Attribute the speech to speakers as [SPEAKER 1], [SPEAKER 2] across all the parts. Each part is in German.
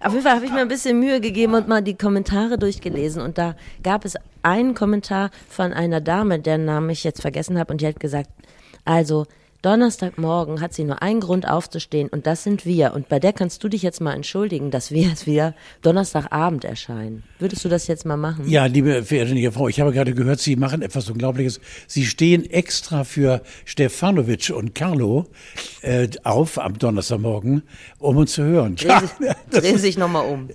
[SPEAKER 1] Auf jeden Fall habe ich mir ein bisschen Mühe gegeben und mal die Kommentare durchgelesen. Und da gab es einen Kommentar von einer Dame, deren Namen ich jetzt vergessen habe. Und die hat gesagt, also Donnerstagmorgen hat sie nur einen Grund aufzustehen und das sind wir. Und bei der kannst du dich jetzt mal entschuldigen, dass wir jetzt wieder Donnerstagabend erscheinen. Würdest du das jetzt mal machen?
[SPEAKER 2] Ja, liebe verehrte Frau, ich habe gerade gehört, Sie machen etwas Unglaubliches. Sie stehen extra für Stefanovic und Carlo äh, auf am Donnerstagmorgen, um uns zu hören.
[SPEAKER 1] Drehen, Sie, drehen Sie sich nochmal um.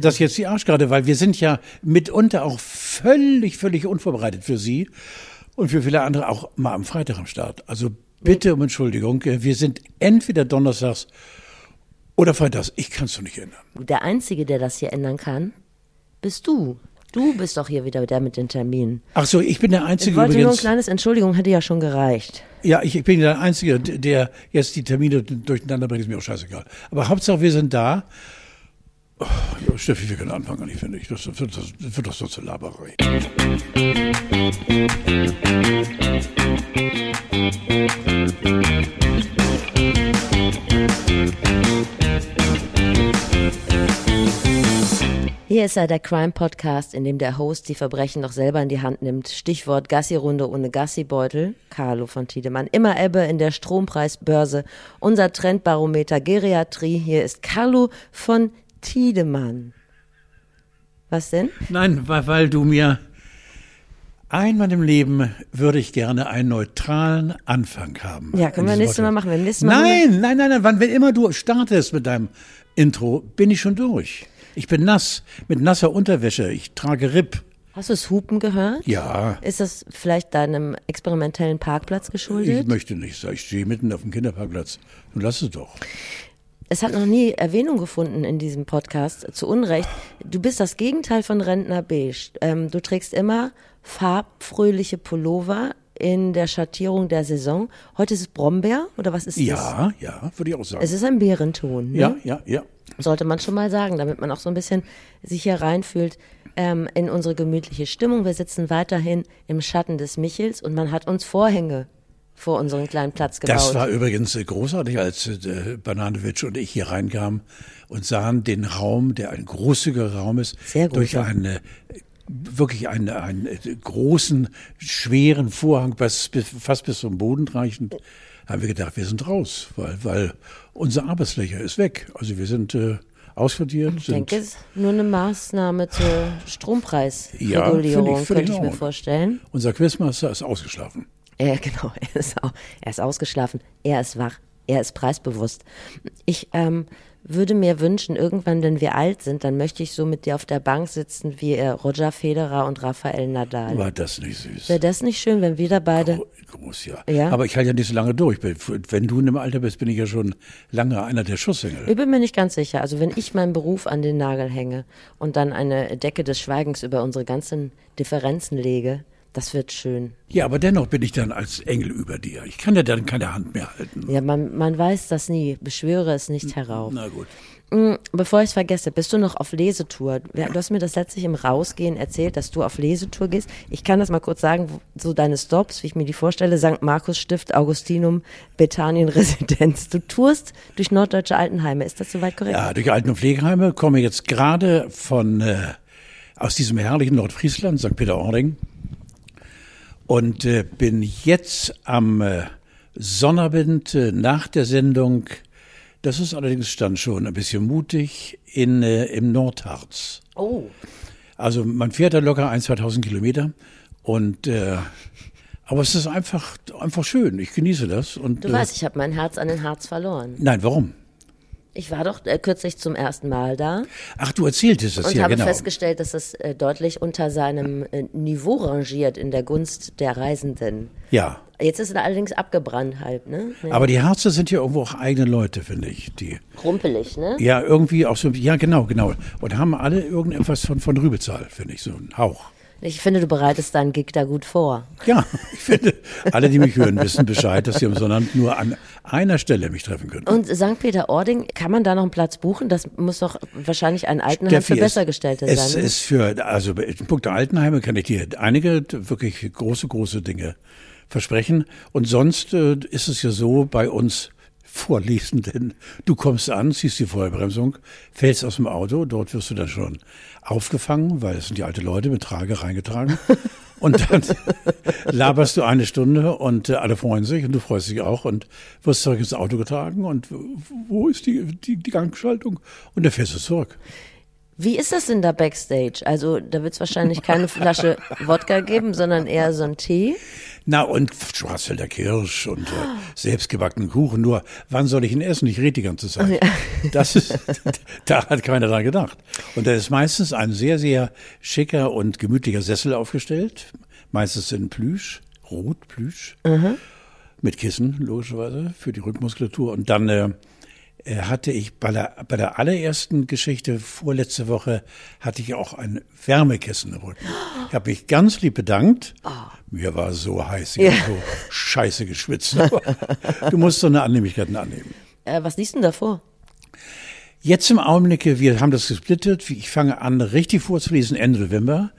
[SPEAKER 2] Das ist jetzt die Arschkarte, weil wir sind ja mitunter auch völlig, völlig unvorbereitet für Sie und für viele andere auch mal am Freitag am Start. Also bitte um Entschuldigung, wir sind entweder donnerstags oder freitags. Ich kann es doch nicht ändern.
[SPEAKER 1] Der Einzige, der das hier ändern kann, bist du. Du bist doch hier wieder der mit den Terminen.
[SPEAKER 2] Ach so, ich bin der Einzige
[SPEAKER 1] Ich wollte nur ein
[SPEAKER 2] übrigens.
[SPEAKER 1] kleines Entschuldigung, hätte ja schon gereicht.
[SPEAKER 2] Ja, ich, ich bin der Einzige, der jetzt die Termine durcheinander bringt, ist mir auch scheißegal. Aber Hauptsache, wir sind da. Oh, Steffi, wir können anfangen, ich finde ich. Das, das, das wird doch so zur Laberei.
[SPEAKER 1] Hier ist ja der Crime Podcast, in dem der Host die Verbrechen noch selber in die Hand nimmt. Stichwort Gassi-Runde ohne Gassi-Beutel. Carlo von Tiedemann. Immer Ebbe in der Strompreisbörse. Unser Trendbarometer Geriatrie. Hier ist Carlo von Tiedemann. Was denn?
[SPEAKER 2] Nein, weil, weil du mir einmal im Leben würde ich gerne einen neutralen Anfang haben.
[SPEAKER 1] Ja, können wir
[SPEAKER 2] In diesem
[SPEAKER 1] nächstes Mal
[SPEAKER 2] Podcast.
[SPEAKER 1] machen. Wir nächstes Mal
[SPEAKER 2] Nein, nein, nein, nein. Wann, wenn immer du startest mit deinem Intro, bin ich schon durch. Ich bin nass, mit nasser Unterwäsche. Ich trage Ripp.
[SPEAKER 1] Hast du das Hupen gehört?
[SPEAKER 2] Ja,
[SPEAKER 1] Ist das vielleicht deinem experimentellen Parkplatz
[SPEAKER 2] ich
[SPEAKER 1] geschuldet?
[SPEAKER 2] möchte nicht. Ich stehe mitten auf dem Kinderparkplatz. Und lass es doch.
[SPEAKER 1] Es hat noch nie Erwähnung gefunden in diesem Podcast, zu Unrecht. Du bist das Gegenteil von Rentner Beige. Ähm, du trägst immer farbfröhliche Pullover in der Schattierung der Saison. Heute ist es Brombeer oder was ist das?
[SPEAKER 2] Ja, ja, würde ich auch sagen.
[SPEAKER 1] Es ist ein Beerenton. Ne?
[SPEAKER 2] Ja, ja, ja.
[SPEAKER 1] Sollte man schon mal sagen, damit man auch so ein bisschen sich hier reinfühlt ähm, in unsere gemütliche Stimmung. Wir sitzen weiterhin im Schatten des Michels und man hat uns Vorhänge vor unseren kleinen Platz gebaut.
[SPEAKER 2] Das war übrigens äh, großartig, als äh, Bananewitsch und ich hier reinkamen und sahen den Raum, der ein großzügiger Raum ist,
[SPEAKER 1] Sehr
[SPEAKER 2] durch
[SPEAKER 1] großartig.
[SPEAKER 2] eine äh, wirklich einen, einen äh, großen, schweren Vorhang, bis, bis, fast bis zum Boden reichend, haben wir gedacht, wir sind raus, weil, weil unser Arbeitsfläche ist weg. Also wir sind äh, aussortiert,
[SPEAKER 1] Ich
[SPEAKER 2] sind
[SPEAKER 1] denke, es ist nur eine Maßnahme zur
[SPEAKER 2] Ja, finde ich-
[SPEAKER 1] Strompreisregulierung,
[SPEAKER 2] finde ich
[SPEAKER 1] könnte
[SPEAKER 2] in
[SPEAKER 1] ich mir
[SPEAKER 2] Ordnung.
[SPEAKER 1] vorstellen.
[SPEAKER 2] unser Quizmaster ist ausgeschlafen.
[SPEAKER 1] Ja, genau, er ist, au- er ist ausgeschlafen, er ist wach, er ist preisbewusst. Ich ähm, würde mir wünschen, irgendwann, wenn wir alt sind, dann möchte ich so mit dir auf der Bank sitzen wie äh, Roger Federer und Rafael Nadal.
[SPEAKER 2] War das nicht süß?
[SPEAKER 1] Wäre das nicht schön, wenn wir da beide...
[SPEAKER 2] Groß, ja.
[SPEAKER 1] Ja.
[SPEAKER 2] Aber ich halte ja nicht so lange durch. Wenn du in dem Alter bist, bin ich ja schon lange einer der Schussengel.
[SPEAKER 1] Ich bin mir nicht ganz sicher. Also wenn ich meinen Beruf an den Nagel hänge und dann eine Decke des Schweigens über unsere ganzen Differenzen lege, das wird schön.
[SPEAKER 2] Ja, aber dennoch bin ich dann als Engel über dir. Ich kann ja dann keine Hand mehr halten.
[SPEAKER 1] Ja, man, man weiß das nie. Beschwöre es nicht herauf.
[SPEAKER 2] Na gut.
[SPEAKER 1] Mm, Bevor ich es vergesse, bist du noch auf Lesetour? Wir- Du hast mir das letztlich im Rausgehen erzählt, dass du auf Lesetour gehst. Ich kann das mal kurz sagen, wo- so deine Stops, wie ich mir die vorstelle. St. Markus Stift, Augustinum, Bethanien Residenz. Du tourst durch norddeutsche Altenheime. Ist das soweit korrekt?
[SPEAKER 2] Ja, durch Alten- und Pflegeheime komme ich jetzt gerade von äh, aus diesem herrlichen Nordfriesland, St. Peter-Ording. Und äh, bin jetzt am äh, Sonnabend äh, nach der Sendung, das ist allerdings dann schon ein bisschen mutig, in, äh, im Nordharz.
[SPEAKER 1] Oh.
[SPEAKER 2] Also man fährt da locker 1.000, 2.000 Kilometer und äh, aber es ist einfach einfach schön. Ich genieße das und
[SPEAKER 1] Du
[SPEAKER 2] äh,
[SPEAKER 1] weißt, ich habe mein Herz an den Harz verloren.
[SPEAKER 2] nein, warum?
[SPEAKER 1] Ich war doch äh, kürzlich zum ersten Mal da
[SPEAKER 2] Ach, du erzähltest das
[SPEAKER 1] und
[SPEAKER 2] ja
[SPEAKER 1] habe
[SPEAKER 2] genau.
[SPEAKER 1] festgestellt, dass es äh, deutlich unter seinem äh, Niveau rangiert in der Gunst der Reisenden.
[SPEAKER 2] Ja,
[SPEAKER 1] Jetzt ist er allerdings abgebrannt halt, ne?
[SPEAKER 2] aber die Harzer sind ja irgendwo auch eigene Leute, finde ich. Die
[SPEAKER 1] Rumpelig, ne?
[SPEAKER 2] ja irgendwie auch so ja genau genau und haben alle irgendetwas von von Rübezahl, finde ich so ein Hauch.
[SPEAKER 1] Ich finde, du bereitest deinen Gig da gut vor.
[SPEAKER 2] Ja, ich finde, alle, die mich hören, wissen Bescheid, dass sie am Sonnabend nur an einer Stelle mich treffen können.
[SPEAKER 1] Und St. Peter-Ording, kann man da noch einen Platz buchen? Das muss doch wahrscheinlich ein Altenheim für
[SPEAKER 2] Steffi, es-
[SPEAKER 1] Bessergestellte
[SPEAKER 2] es
[SPEAKER 1] sein. ne?
[SPEAKER 2] ist für, also in puncto Altenheime kann ich dir einige wirklich große, große Dinge versprechen. Und sonst äh, ist es ja so bei uns Vorlesenden. Du kommst an, ziehst die Feuerbremsung, fällst aus dem Auto, dort wirst du dann schon aufgefangen, weil es sind die alte Leute mit Trage reingetragen. Und dann laberst du eine Stunde und äh, alle freuen sich und du freust dich auch und wirst zurück ins Auto getragen und äh, wo ist die, die, die Gangschaltung? Und dann fährst du zurück.
[SPEAKER 1] Wie ist das denn da Backstage? Also da wird es wahrscheinlich keine Flasche Wodka geben, sondern eher so ein Tee.
[SPEAKER 2] Na und Schwarzwälder Kirsch und äh, selbstgebackenen Kuchen. Nur, wann soll ich ihn essen? Ich rede die ganze Zeit. Das ist, da hat keiner dran gedacht. Und da ist meistens ein sehr, sehr schicker und gemütlicher Sessel aufgestellt. Meistens in Plüsch, rot Plüsch. Mit Kissen, logischerweise, für die Rückmuskulatur. Und dann äh, äh, hatte ich bei der, bei der allerersten Geschichte vorletzte Woche hatte ich auch ein Wärmekissen im Rücken. Ich habe mich ganz lieb bedankt. Mir war so heiß, ich
[SPEAKER 1] Ja.
[SPEAKER 2] hab so scheiße geschwitzt. Aber du musst so eine Annehmlichkeiten annehmen.
[SPEAKER 1] Äh, was liest du denn da vor?
[SPEAKER 2] Jetzt im Augenblicke, wir haben das gesplittet. Ich fange an, richtig vorzulesen Ende November.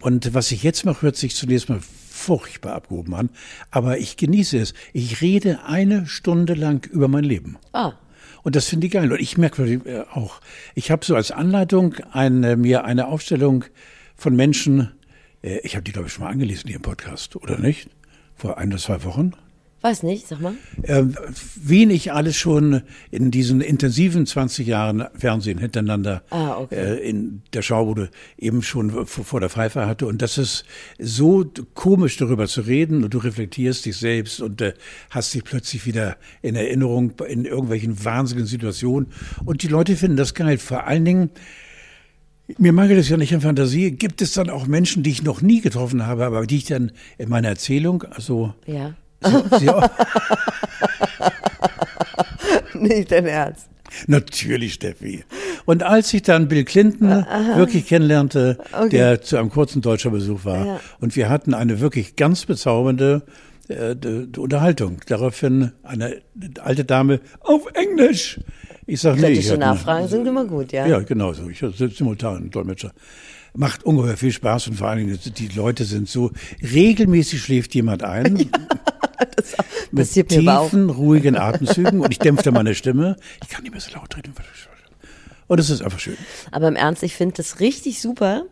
[SPEAKER 2] Und was ich jetzt mache, hört sich zunächst mal furchtbar abgehoben an. Aber ich genieße es. Ich rede eine Stunde lang über mein Leben.
[SPEAKER 1] Ah,
[SPEAKER 2] Und das finde ich geil. Und ich merke äh, auch, ich habe so als Anleitung eine, mir eine Aufstellung von Menschen, äh, ich habe die, glaube ich, schon mal angelesen hier im Podcast, oder nicht? Vor ein oder zwei Wochen.
[SPEAKER 1] weiß nicht, sag mal.
[SPEAKER 2] Ähm, wen ich alles schon in diesen intensiven 20 Jahren Fernsehen hintereinander
[SPEAKER 1] Ah, okay.
[SPEAKER 2] äh, in der Schaubude eben schon vor, vor der Pfeife hatte. Und das ist so d- komisch, darüber zu reden. Und du reflektierst dich selbst und äh, hast dich plötzlich wieder in Erinnerung in irgendwelchen wahnsinnigen Situationen. Und die Leute finden das geil. Vor allen Dingen, mir mangelt es ja nicht an Fantasie, gibt es dann auch Menschen, die ich noch nie getroffen habe, aber die ich dann in meiner Erzählung, also
[SPEAKER 1] Ja.
[SPEAKER 2] sehr, sehr
[SPEAKER 1] nicht dein Ernst.
[SPEAKER 2] Natürlich, Steffi. Und als ich dann Bill Clinton wirklich kennenlernte, der zu einem kurzen deutscher Besuch war,
[SPEAKER 1] Ja.
[SPEAKER 2] und wir hatten eine wirklich ganz bezaubernde äh, d- d- Unterhaltung. Daraufhin eine alte Dame auf Englisch. Ich sag, nee, ich
[SPEAKER 1] Kritische
[SPEAKER 2] hörte-
[SPEAKER 1] Nachfragen sind immer gut, ja.
[SPEAKER 2] ja, genau so. Ich sitze simultan Dolmetscher. Macht ungeheuer viel Spaß und vor allen Dingen, die Leute sind so, regelmäßig schläft jemand ein. mit
[SPEAKER 1] passiert mir
[SPEAKER 2] tiefen,
[SPEAKER 1] aber auch.
[SPEAKER 2] ruhigen Atemzügen und ich dämpfte meine Stimme. Ich kann nicht mehr so laut reden. Und es ist einfach schön.
[SPEAKER 1] Aber im Ernst, ich finde das richtig super.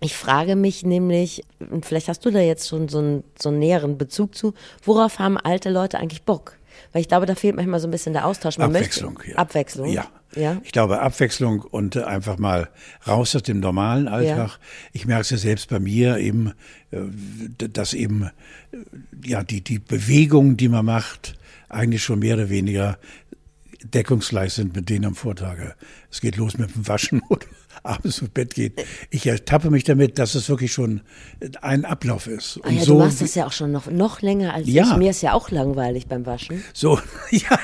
[SPEAKER 1] Ich frage mich nämlich, und vielleicht hast du da jetzt schon so einen, so einen näheren Bezug zu, worauf haben alte Leute eigentlich Bock? Weil ich glaube, da fehlt manchmal so ein bisschen der Austausch. Man
[SPEAKER 2] Abwechslung.
[SPEAKER 1] Möchte,
[SPEAKER 2] ja.
[SPEAKER 1] Abwechslung.
[SPEAKER 2] Ja.
[SPEAKER 1] ja.
[SPEAKER 2] Ich glaube, Abwechslung und äh, einfach mal raus aus dem normalen Alltag. Ich merke es ja selbst bei mir eben, äh, d- dass eben äh, ja die, die Bewegungen, die man macht, eigentlich schon mehr oder weniger deckungsgleich sind mit denen am Vortage. Es geht los mit dem Waschen oder abends ins Bett geht. Ich ertappe mich damit, dass es wirklich schon ein Ablauf ist. Und
[SPEAKER 1] Ah ja,
[SPEAKER 2] so,
[SPEAKER 1] du machst das ja auch schon noch, noch länger als
[SPEAKER 2] Ja.
[SPEAKER 1] ich. Mir ist ja auch langweilig beim Waschen.
[SPEAKER 2] So, ja,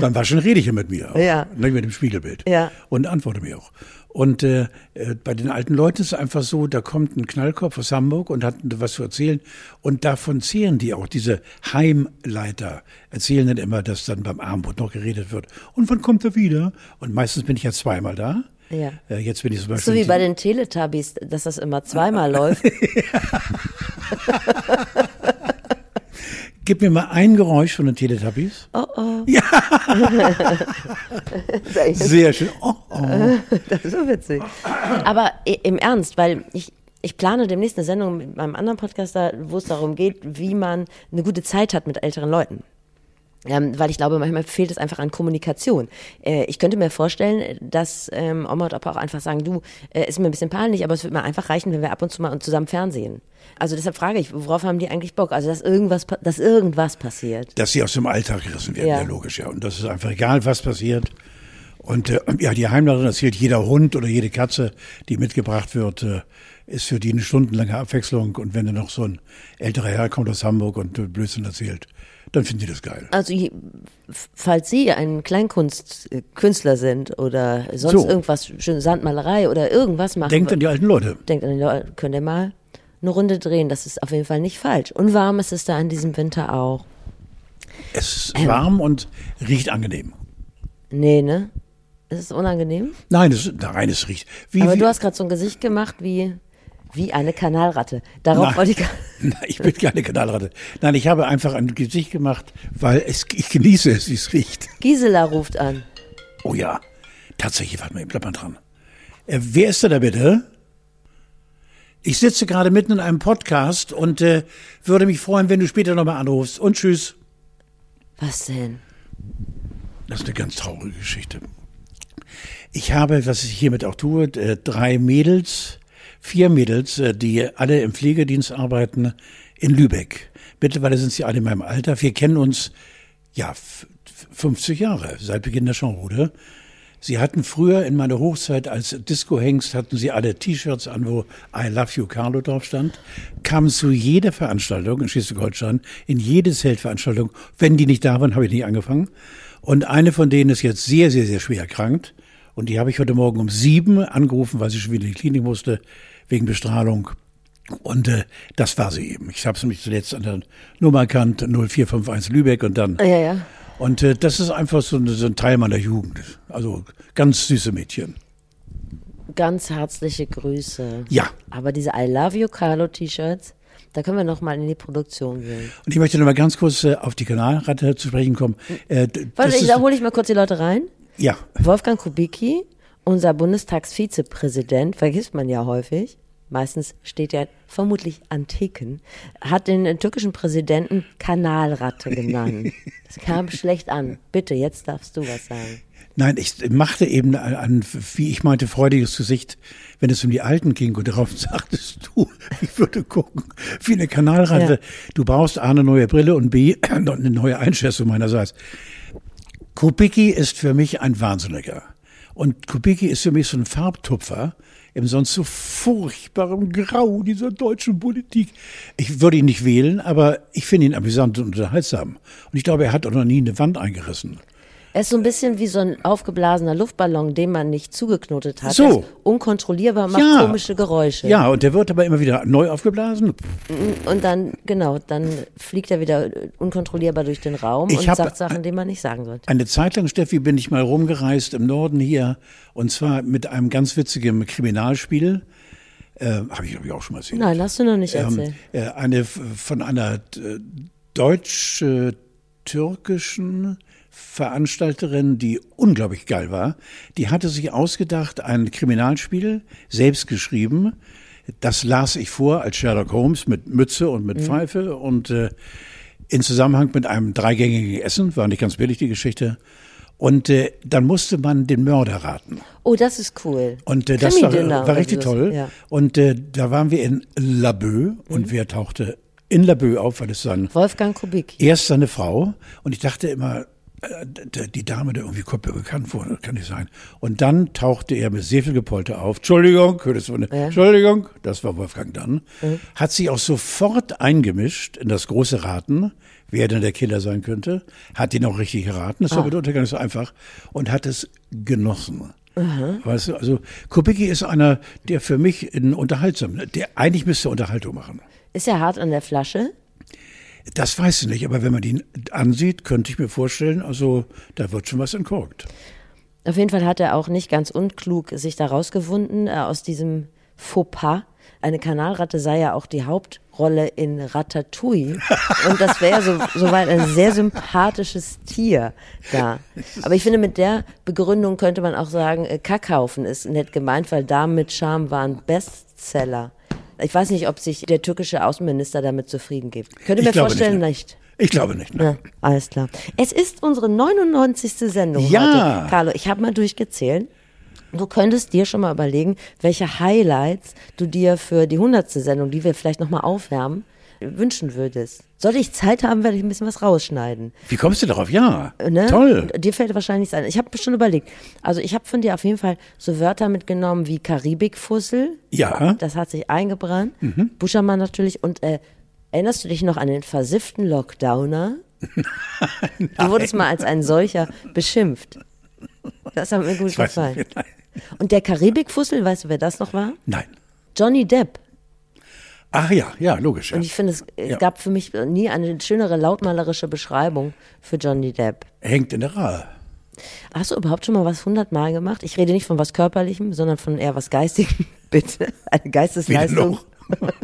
[SPEAKER 2] beim Waschen rede ich ja mit mir. Auch,
[SPEAKER 1] Ja.
[SPEAKER 2] ne, Mit dem Spiegelbild.
[SPEAKER 1] Ja.
[SPEAKER 2] Und antworte mir auch. Und äh, äh, bei den alten Leuten ist es einfach so, da kommt ein Knallkopf aus Hamburg und hat was zu erzählen. Und davon zehren die auch. Diese Heimleiter erzählen dann immer, dass dann beim Abendbrot noch geredet wird. Und wann kommt er wieder? Und meistens bin ich ja zweimal da.
[SPEAKER 1] Ja.
[SPEAKER 2] Äh, jetzt bin ich zum
[SPEAKER 1] So
[SPEAKER 2] Beispiel.
[SPEAKER 1] wie bei den Teletubbies, dass das immer zweimal läuft.
[SPEAKER 2] Gib mir mal ein Geräusch von den Teletubbies.
[SPEAKER 1] Oh oh.
[SPEAKER 2] Sehr schön. Oh, oh.
[SPEAKER 1] Das ist so witzig. Aber i- im Ernst, weil ich, ich plane demnächst eine Sendung mit meinem anderen Podcaster, wo es darum geht, wie man eine gute Zeit hat mit älteren Leuten. Ähm, weil ich glaube, manchmal fehlt es einfach an Kommunikation. Äh, ich könnte mir vorstellen, dass ähm, Oma und Opa auch einfach sagen, du, äh, ist mir ein bisschen peinlich, aber es wird mir einfach reichen, wenn wir ab und zu mal zusammen fernsehen. Also deshalb frage ich, worauf haben die eigentlich Bock? Also, dass irgendwas, pa- dass irgendwas passiert.
[SPEAKER 2] dass sie aus dem Alltag gerissen werden,
[SPEAKER 1] Ja.
[SPEAKER 2] ja, logisch, ja. Und das ist einfach egal, was passiert. Und äh, ja, die Heimleiterin erzählt, jeder Hund oder jede Katze, die mitgebracht wird, äh, ist für die eine stundenlange Abwechslung. Und wenn dann noch so ein älterer Herr kommt aus Hamburg und äh, Blödsinn erzählt, dann finden die das geil.
[SPEAKER 1] Also, je- f- falls Sie ein Kleinkunstkünstler sind oder sonst
[SPEAKER 2] So.
[SPEAKER 1] irgendwas, schöne Sandmalerei oder irgendwas machen,
[SPEAKER 2] Denkt an die alten Leute.
[SPEAKER 1] denkt an die Leute, könnt ihr mal eine Runde drehen. Das ist auf jeden Fall nicht falsch. Und warm ist es da an diesem Winter auch.
[SPEAKER 2] Es ist warm und riecht angenehm.
[SPEAKER 1] Nee, ne? Ist es unangenehm?
[SPEAKER 2] Nein, es, nein, es riecht. Wie,
[SPEAKER 1] Aber
[SPEAKER 2] wie,
[SPEAKER 1] du hast gerade so ein Gesicht gemacht wie, Wie eine Kanalratte. Darauf
[SPEAKER 2] Nein.
[SPEAKER 1] wollte ich.
[SPEAKER 2] Nein, ich bin keine Kanalratte. Nein, ich habe einfach ein Gesicht gemacht, weil es, ich genieße es, wie es riecht.
[SPEAKER 1] Gisela ruft an.
[SPEAKER 2] Oh ja, tatsächlich, warte mal, bleib mal dran. Äh, wer ist da da bitte? Ich sitze gerade mitten in einem Podcast und äh, würde mich freuen, wenn du später nochmal anrufst. Und tschüss.
[SPEAKER 1] Was denn?
[SPEAKER 2] Das ist eine ganz traurige Geschichte. Ich habe, was ich hiermit auch tue, äh, drei Mädels, vier Mädels, äh, die alle im Pflegedienst arbeiten in Lübeck. Mittlerweile sind sie alle in meinem Alter. Wir kennen uns, ja, f- f- 50 Jahre, seit Beginn der Schaubude. Sie hatten früher in meiner Hochzeit als Disco-Hengst hatten sie alle T-Shirts an, wo I love you Carlo drauf stand, kamen zu jeder Veranstaltung in Schleswig-Holstein, in jede Zeltveranstaltung. Wenn die nicht da waren, habe ich nicht angefangen. Und eine von denen ist jetzt sehr, sehr, sehr schwer erkrankt. Und die habe ich heute Morgen um sieben angerufen, weil sie schon wieder in die Klinik musste, wegen Bestrahlung. Und äh, das war sie eben. Ich habe es nämlich zuletzt an der Nummer erkannt, 0451 Lübeck und dann
[SPEAKER 1] Ja, ja.
[SPEAKER 2] und äh, das ist einfach so, eine- so ein Teil meiner Jugend. Also ganz süße Mädchen.
[SPEAKER 1] Ganz herzliche Grüße.
[SPEAKER 2] Ja.
[SPEAKER 1] Aber diese I Love You Carlo T-Shirts, da können wir nochmal in die Produktion gehen.
[SPEAKER 2] Und ich möchte noch mal ganz kurz äh, auf die Kanalratte zu sprechen kommen. Äh, d- das
[SPEAKER 1] Warte, ich,
[SPEAKER 2] ist-
[SPEAKER 1] da hole ich mal kurz die Leute rein.
[SPEAKER 2] ja,
[SPEAKER 1] Wolfgang Kubicki, unser Bundestagsvizepräsident, vergisst man ja häufig, meistens steht er vermutlich Antiken, hat den äh, türkischen Präsidenten Kanalratte genannt. Das kam schlecht an. Bitte, jetzt darfst du was sagen.
[SPEAKER 2] nein, ich machte eben ein, ein, wie ich meinte, freudiges Gesicht, wenn es um die Alten ging. Und darauf sagtest du, ich würde gucken, wie eine Kanalratte. Du brauchst A, eine neue Brille und B, eine neue Einschätzung meinerseits. Kubicki ist für mich ein Wahnsinniger. Und Kubicki ist für mich so ein Farbtupfer im sonst so furchtbaren Grau dieser deutschen Politik. Ich würde ihn nicht wählen, aber ich finde ihn amüsant und unterhaltsam. Und ich glaube, er hat auch noch nie eine Wand eingerissen.
[SPEAKER 1] Er ist so ein bisschen wie so ein aufgeblasener Luftballon, den man nicht zugeknotet hat.
[SPEAKER 2] So.
[SPEAKER 1] Er ist unkontrollierbar, macht
[SPEAKER 2] Ja.
[SPEAKER 1] komische Geräusche.
[SPEAKER 2] Ja, und der wird aber immer wieder neu aufgeblasen.
[SPEAKER 1] Und dann, genau, dann fliegt er wieder äh, unkontrollierbar durch den Raum
[SPEAKER 2] Ich
[SPEAKER 1] und
[SPEAKER 2] hab- Äh,
[SPEAKER 1] sagt Sachen, die man nicht sagen sollte.
[SPEAKER 2] Eine Zeit lang, Steffi, bin ich mal rumgereist im Norden hier und zwar mit einem ganz witzigen Kriminalspiel. Äh, Habe ich, glaube ich, auch schon mal gesehen.
[SPEAKER 1] Nein, hast du noch nicht erzählt.
[SPEAKER 2] ähm, äh, eine f- von einer äh, deutsch-türkischen Veranstalterin, die unglaublich geil war. Die hatte sich ausgedacht, ein Kriminalspiel, selbst geschrieben. Das las ich vor als Sherlock Holmes mit Mütze und mit Pfeife und äh, in Zusammenhang mit einem dreigängigen Essen, war nicht ganz billig die Geschichte. Und äh, dann musste man den Mörder raten.
[SPEAKER 1] Oh, das ist cool.
[SPEAKER 2] Und äh, das war,
[SPEAKER 1] Krimi-Dinner
[SPEAKER 2] war
[SPEAKER 1] oder
[SPEAKER 2] richtig
[SPEAKER 1] sowas.
[SPEAKER 2] toll.
[SPEAKER 1] Ja. Mhm.
[SPEAKER 2] Und äh, da waren wir in Laboe und wer tauchte in Laboe auf, weil es dann
[SPEAKER 1] Wolfgang Kubicki.
[SPEAKER 2] erst seine Frau und ich dachte immer, äh, d- die Dame, der irgendwie kommt mir bekannt vor, das kann nicht sein. Und dann tauchte er mit sehr viel Gepolter auf. Entschuldigung, hörtest du von der- Entschuldigung, das war Wolfgang dann. Hat sich auch sofort eingemischt in das große Raten, wer denn der Killer sein könnte. Hat ihn auch richtig geraten, das war mit Untergang so einfach und hat es genossen. Weißt du, also Kubicki ist einer, der für mich ein unterhaltsam, der eigentlich müsste Unterhaltung machen.
[SPEAKER 1] Ist ja hart an der Flasche.
[SPEAKER 2] Das weiß ich nicht, aber wenn man ihn ansieht, könnte ich mir vorstellen, also da wird schon was entkorkt.
[SPEAKER 1] Auf jeden Fall hat er auch nicht ganz unklug sich da rausgewunden äh, aus diesem Fauxpas. Eine Kanalratte sei ja auch die Hauptrolle in Ratatouille. Und das wäre so, soweit ein sehr sympathisches Tier da. Aber ich finde, mit der Begründung könnte man auch sagen, äh, Kackhaufen ist nett gemeint, weil Damen mit Charme waren Bestseller. Ich weiß nicht, ob sich der türkische Außenminister damit zufrieden gibt. Könnte
[SPEAKER 2] Ich
[SPEAKER 1] mir
[SPEAKER 2] glaube
[SPEAKER 1] vorstellen,
[SPEAKER 2] nicht, ne?
[SPEAKER 1] nicht.
[SPEAKER 2] Ich glaube nicht. Ne?
[SPEAKER 1] Ja, alles klar. Es ist unsere 99. Sendung
[SPEAKER 2] Ja.
[SPEAKER 1] heute. Carlo, ich habe mal durchgezählt. Du könntest dir schon mal überlegen, welche Highlights du dir für die 100. Sendung, die wir vielleicht nochmal aufwärmen, wünschen würdest. Sollte ich Zeit haben, werde ich ein bisschen was rausschneiden.
[SPEAKER 2] Wie kommst du darauf? Ja,
[SPEAKER 1] Ne?
[SPEAKER 2] toll.
[SPEAKER 1] Dir fällt wahrscheinlich nichts ein. Ich habe schon überlegt. Also ich habe von dir auf jeden Fall so Wörter mitgenommen wie Karibikfussel.
[SPEAKER 2] Ja. hm?
[SPEAKER 1] Das hat sich eingebrannt.
[SPEAKER 2] Mhm.
[SPEAKER 1] Buschermann natürlich. Und äh, erinnerst du dich noch an den versifften Lockdowner? du wurdest mal als ein solcher beschimpft. Das hat mir gut
[SPEAKER 2] weiß nicht,
[SPEAKER 1] gefallen. Und der Karibikfussel, weißt du, wer das noch war?
[SPEAKER 2] Nein.
[SPEAKER 1] Johnny Depp.
[SPEAKER 2] Ach ja, ja, logisch. Ja.
[SPEAKER 1] Und ich finde, es äh,
[SPEAKER 2] Ja.
[SPEAKER 1] gab für mich nie eine schönere lautmalerische Beschreibung für Johnny Depp.
[SPEAKER 2] Hängt in der Rahe.
[SPEAKER 1] Hast du überhaupt schon mal was hundertmal gemacht? Ich rede nicht von was Körperlichem, sondern von eher was Geistigem. Bitte. Eine Geistesleistung.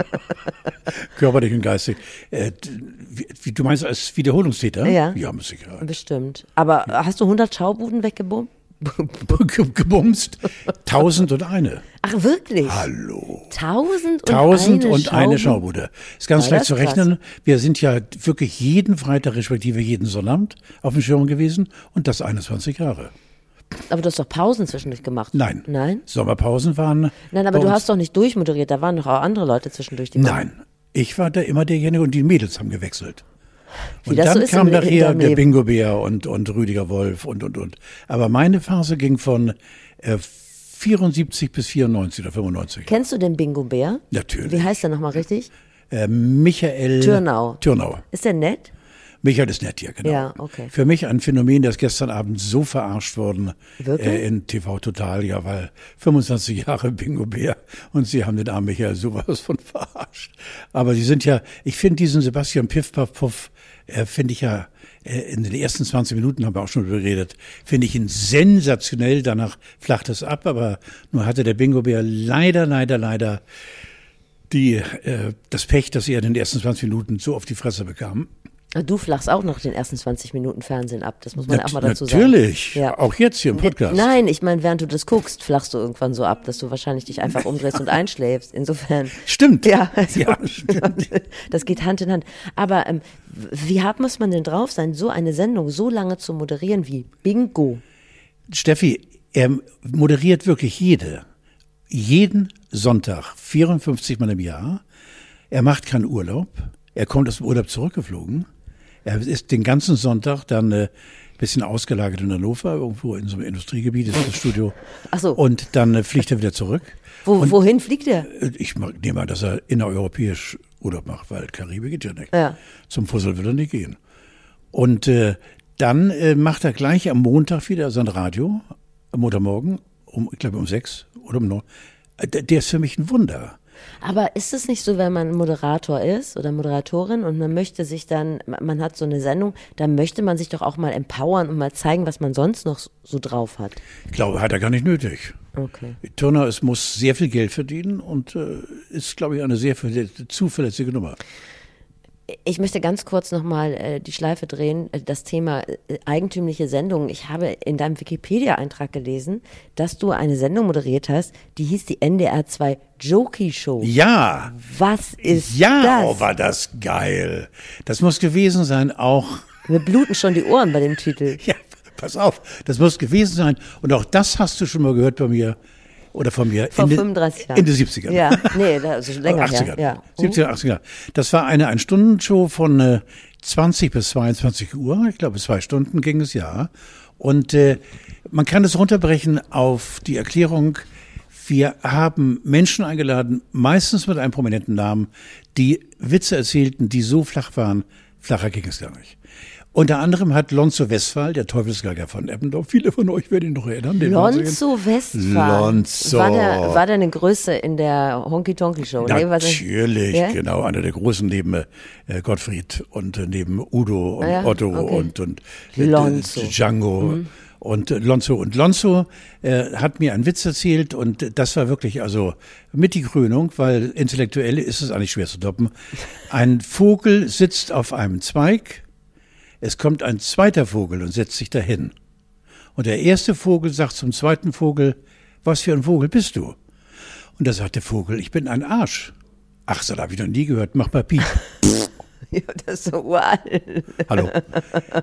[SPEAKER 2] Körperlich und geistig. Äh, d- wie, wie, du meinst als Wiederholungstäter?
[SPEAKER 1] Ja.
[SPEAKER 2] Ja, mit Sicherheit.
[SPEAKER 1] Bestimmt. Aber hast du 100 Schaubuden weggebombt?
[SPEAKER 2] Ge- Gebumst. Tausend und eine.
[SPEAKER 1] Ach, wirklich?
[SPEAKER 2] Hallo.
[SPEAKER 1] Tausend und
[SPEAKER 2] Ah, Tausend
[SPEAKER 1] eine
[SPEAKER 2] und eine
[SPEAKER 1] Schaubu-
[SPEAKER 2] Schaubude. Ist ganz
[SPEAKER 1] Ja,
[SPEAKER 2] leicht
[SPEAKER 1] das
[SPEAKER 2] zu
[SPEAKER 1] ist krass.
[SPEAKER 2] rechnen. Wir sind ja wirklich jeden Freitag, respektive jeden Sonnabend auf dem Schirm gewesen und das 21 Jahre.
[SPEAKER 1] Aber du hast doch Pausen zwischendurch gemacht.
[SPEAKER 2] Nein.
[SPEAKER 1] Nein?
[SPEAKER 2] Sommerpausen waren.
[SPEAKER 1] Nein, aber
[SPEAKER 2] bei
[SPEAKER 1] du
[SPEAKER 2] uns-
[SPEAKER 1] hast doch nicht durchmoderiert. Da waren doch auch andere Leute zwischendurch. Die waren-
[SPEAKER 2] Nein. Ich war da immer derjenige und die Mädels haben gewechselt.
[SPEAKER 1] Wie
[SPEAKER 2] und
[SPEAKER 1] das so
[SPEAKER 2] dann
[SPEAKER 1] ist
[SPEAKER 2] kam
[SPEAKER 1] im Le-
[SPEAKER 2] nachher
[SPEAKER 1] hinterm
[SPEAKER 2] der
[SPEAKER 1] Leben.
[SPEAKER 2] Bingo Bär und, und Rüdiger Wolf und, und, und. Aber meine Phase ging von äh, 74 bis 94 oder 95.
[SPEAKER 1] Kennst du den Bingo Bär?
[SPEAKER 2] Natürlich.
[SPEAKER 1] Wie heißt der nochmal richtig?
[SPEAKER 2] Äh, Michael.
[SPEAKER 1] Türnau.
[SPEAKER 2] Türnau.
[SPEAKER 1] Ist der nett?
[SPEAKER 2] Michael ist nett, ja, genau.
[SPEAKER 1] Ja, okay.
[SPEAKER 2] Für mich ein Phänomen, das gestern Abend so verarscht worden
[SPEAKER 1] Wirklich?
[SPEAKER 2] Äh, in TV Total, ja, weil 25 Jahre Bingo Bär und sie haben den armen Michael sowas von verarscht. Aber sie sind ja, ich finde diesen Sebastian Piff, Paff, Puff, äh, finde ich ja, äh, in den ersten 20 Minuten haben wir auch schon drüber geredet, finde ich ihn sensationell, danach flacht es ab, aber nur hatte der Bingo Bär leider, leider, leider die, äh, das Pech, dass er in den ersten 20 Minuten so auf die Fresse bekam.
[SPEAKER 1] Ah, Du flachst auch nach den ersten 20 Minuten Fernsehen ab. Das muss man
[SPEAKER 2] Nat-
[SPEAKER 1] auch mal dazu sagen.
[SPEAKER 2] Natürlich,
[SPEAKER 1] Ja.
[SPEAKER 2] auch jetzt hier im Podcast.
[SPEAKER 1] Nein, ich meine, während du das guckst, flachst du irgendwann so ab, dass du wahrscheinlich dich einfach umdrehst und einschläfst. Insofern.
[SPEAKER 2] Stimmt.
[SPEAKER 1] Ja, also,
[SPEAKER 2] Ja, stimmt.
[SPEAKER 1] das geht Hand in Hand. Aber ähm, wie hart muss man denn drauf sein, so eine Sendung so lange zu moderieren wie Bingo?
[SPEAKER 2] Steffi, er moderiert wirklich jede, jeden Sonntag, 54 Mal im Jahr. Er macht keinen Urlaub. Er kommt aus dem Urlaub zurückgeflogen. Er ist den ganzen Sonntag dann ein äh, bisschen ausgelagert in Hannover, irgendwo in so einem Industriegebiet, ist das Studio.
[SPEAKER 1] Ach so.
[SPEAKER 2] Und dann äh, fliegt er wieder zurück.
[SPEAKER 1] Wo, wohin fliegt der?
[SPEAKER 2] Äh, Ich mag- nehme an, dass er innereuropäisch Urlaub macht, weil Karibik geht ja nicht.
[SPEAKER 1] Ja.
[SPEAKER 2] Zum Fussel will er nicht gehen. Und äh, dann äh, macht er gleich am Montag wieder sein Radio, am Montagmorgen, um, ich glaube um sechs oder um neun. Äh, Der der ist für mich ein Wunder.
[SPEAKER 1] Aber ist es nicht so, wenn man Moderator ist oder Moderatorin und man möchte sich dann, man man hat so eine Sendung, dann möchte man sich doch auch mal empowern und mal zeigen, was man sonst noch so drauf hat.
[SPEAKER 2] Ich glaube, hat er gar nicht nötig.
[SPEAKER 1] Okay.
[SPEAKER 2] Turner es muss sehr viel Geld verdienen und äh, ist, glaube ich, eine sehr verletz- zuverlässige Nummer.
[SPEAKER 1] Ich möchte ganz kurz nochmal äh, die Schleife drehen, äh, das Thema äh, eigentümliche Sendungen. Ich habe in deinem Wikipedia-Eintrag gelesen, dass du eine Sendung moderiert hast, die hieß die NDR 2 Jokey Show.
[SPEAKER 2] Ja,
[SPEAKER 1] Was ist
[SPEAKER 2] ja, oh,
[SPEAKER 1] das?
[SPEAKER 2] war das geil. Das muss gewesen sein, auch
[SPEAKER 1] Mir bluten schon die Ohren bei dem Titel.
[SPEAKER 2] Ja, pass auf, das muss gewesen sein. Und auch das hast du schon mal gehört bei mir oder von mir.
[SPEAKER 1] Vor
[SPEAKER 2] in den-
[SPEAKER 1] 35 Jahren.
[SPEAKER 2] In den 70ern.
[SPEAKER 1] Ja, nee, da- also schon länger
[SPEAKER 2] 80er.
[SPEAKER 1] her. Ja. Mhm.
[SPEAKER 2] 70er, 80er. Das war eine Ein-Stunden-Show von äh, 20 bis 22 Uhr. Ich glaube, zwei Stunden ging es ja. Und äh, man kann es runterbrechen auf die Erklärung, wir haben Menschen eingeladen, meistens mit einem prominenten Namen, die Witze erzählten, die so flach waren, flacher ging es gar nicht. Unter anderem hat Lonzo Westphal, der Teufelsgeiger von Eppendorf, viele von euch werden ihn noch erinnern. Den haben sie-
[SPEAKER 1] Lonzo Westphal.
[SPEAKER 2] Lonzo.
[SPEAKER 1] War der, war der eine Größe in der Honky Tonky Show? Nee, ne? was ist-
[SPEAKER 2] Natürlich,
[SPEAKER 1] Ja?
[SPEAKER 2] genau. Einer der großen neben äh, Gottfried und äh, neben Udo und
[SPEAKER 1] Ah ja,
[SPEAKER 2] Otto
[SPEAKER 1] okay.
[SPEAKER 2] und, und äh,
[SPEAKER 1] Lonzo.
[SPEAKER 2] Django und äh, Lonzo. Und Lonzo äh, hat mir einen Witz erzählt und äh, das war wirklich also mit die Krönung, weil intellektuell ist es eigentlich schwer zu toppen. Ein Vogel sitzt auf einem Zweig, es kommt ein zweiter Vogel und setzt sich dahin. Und der erste Vogel sagt zum zweiten Vogel, was für ein Vogel bist du? Und da sagt der Vogel, ich bin ein Arsch. Ach, so, da habe ich noch nie gehört, mach mal Piep.
[SPEAKER 1] Ja, das ist so uralt.
[SPEAKER 2] Hallo.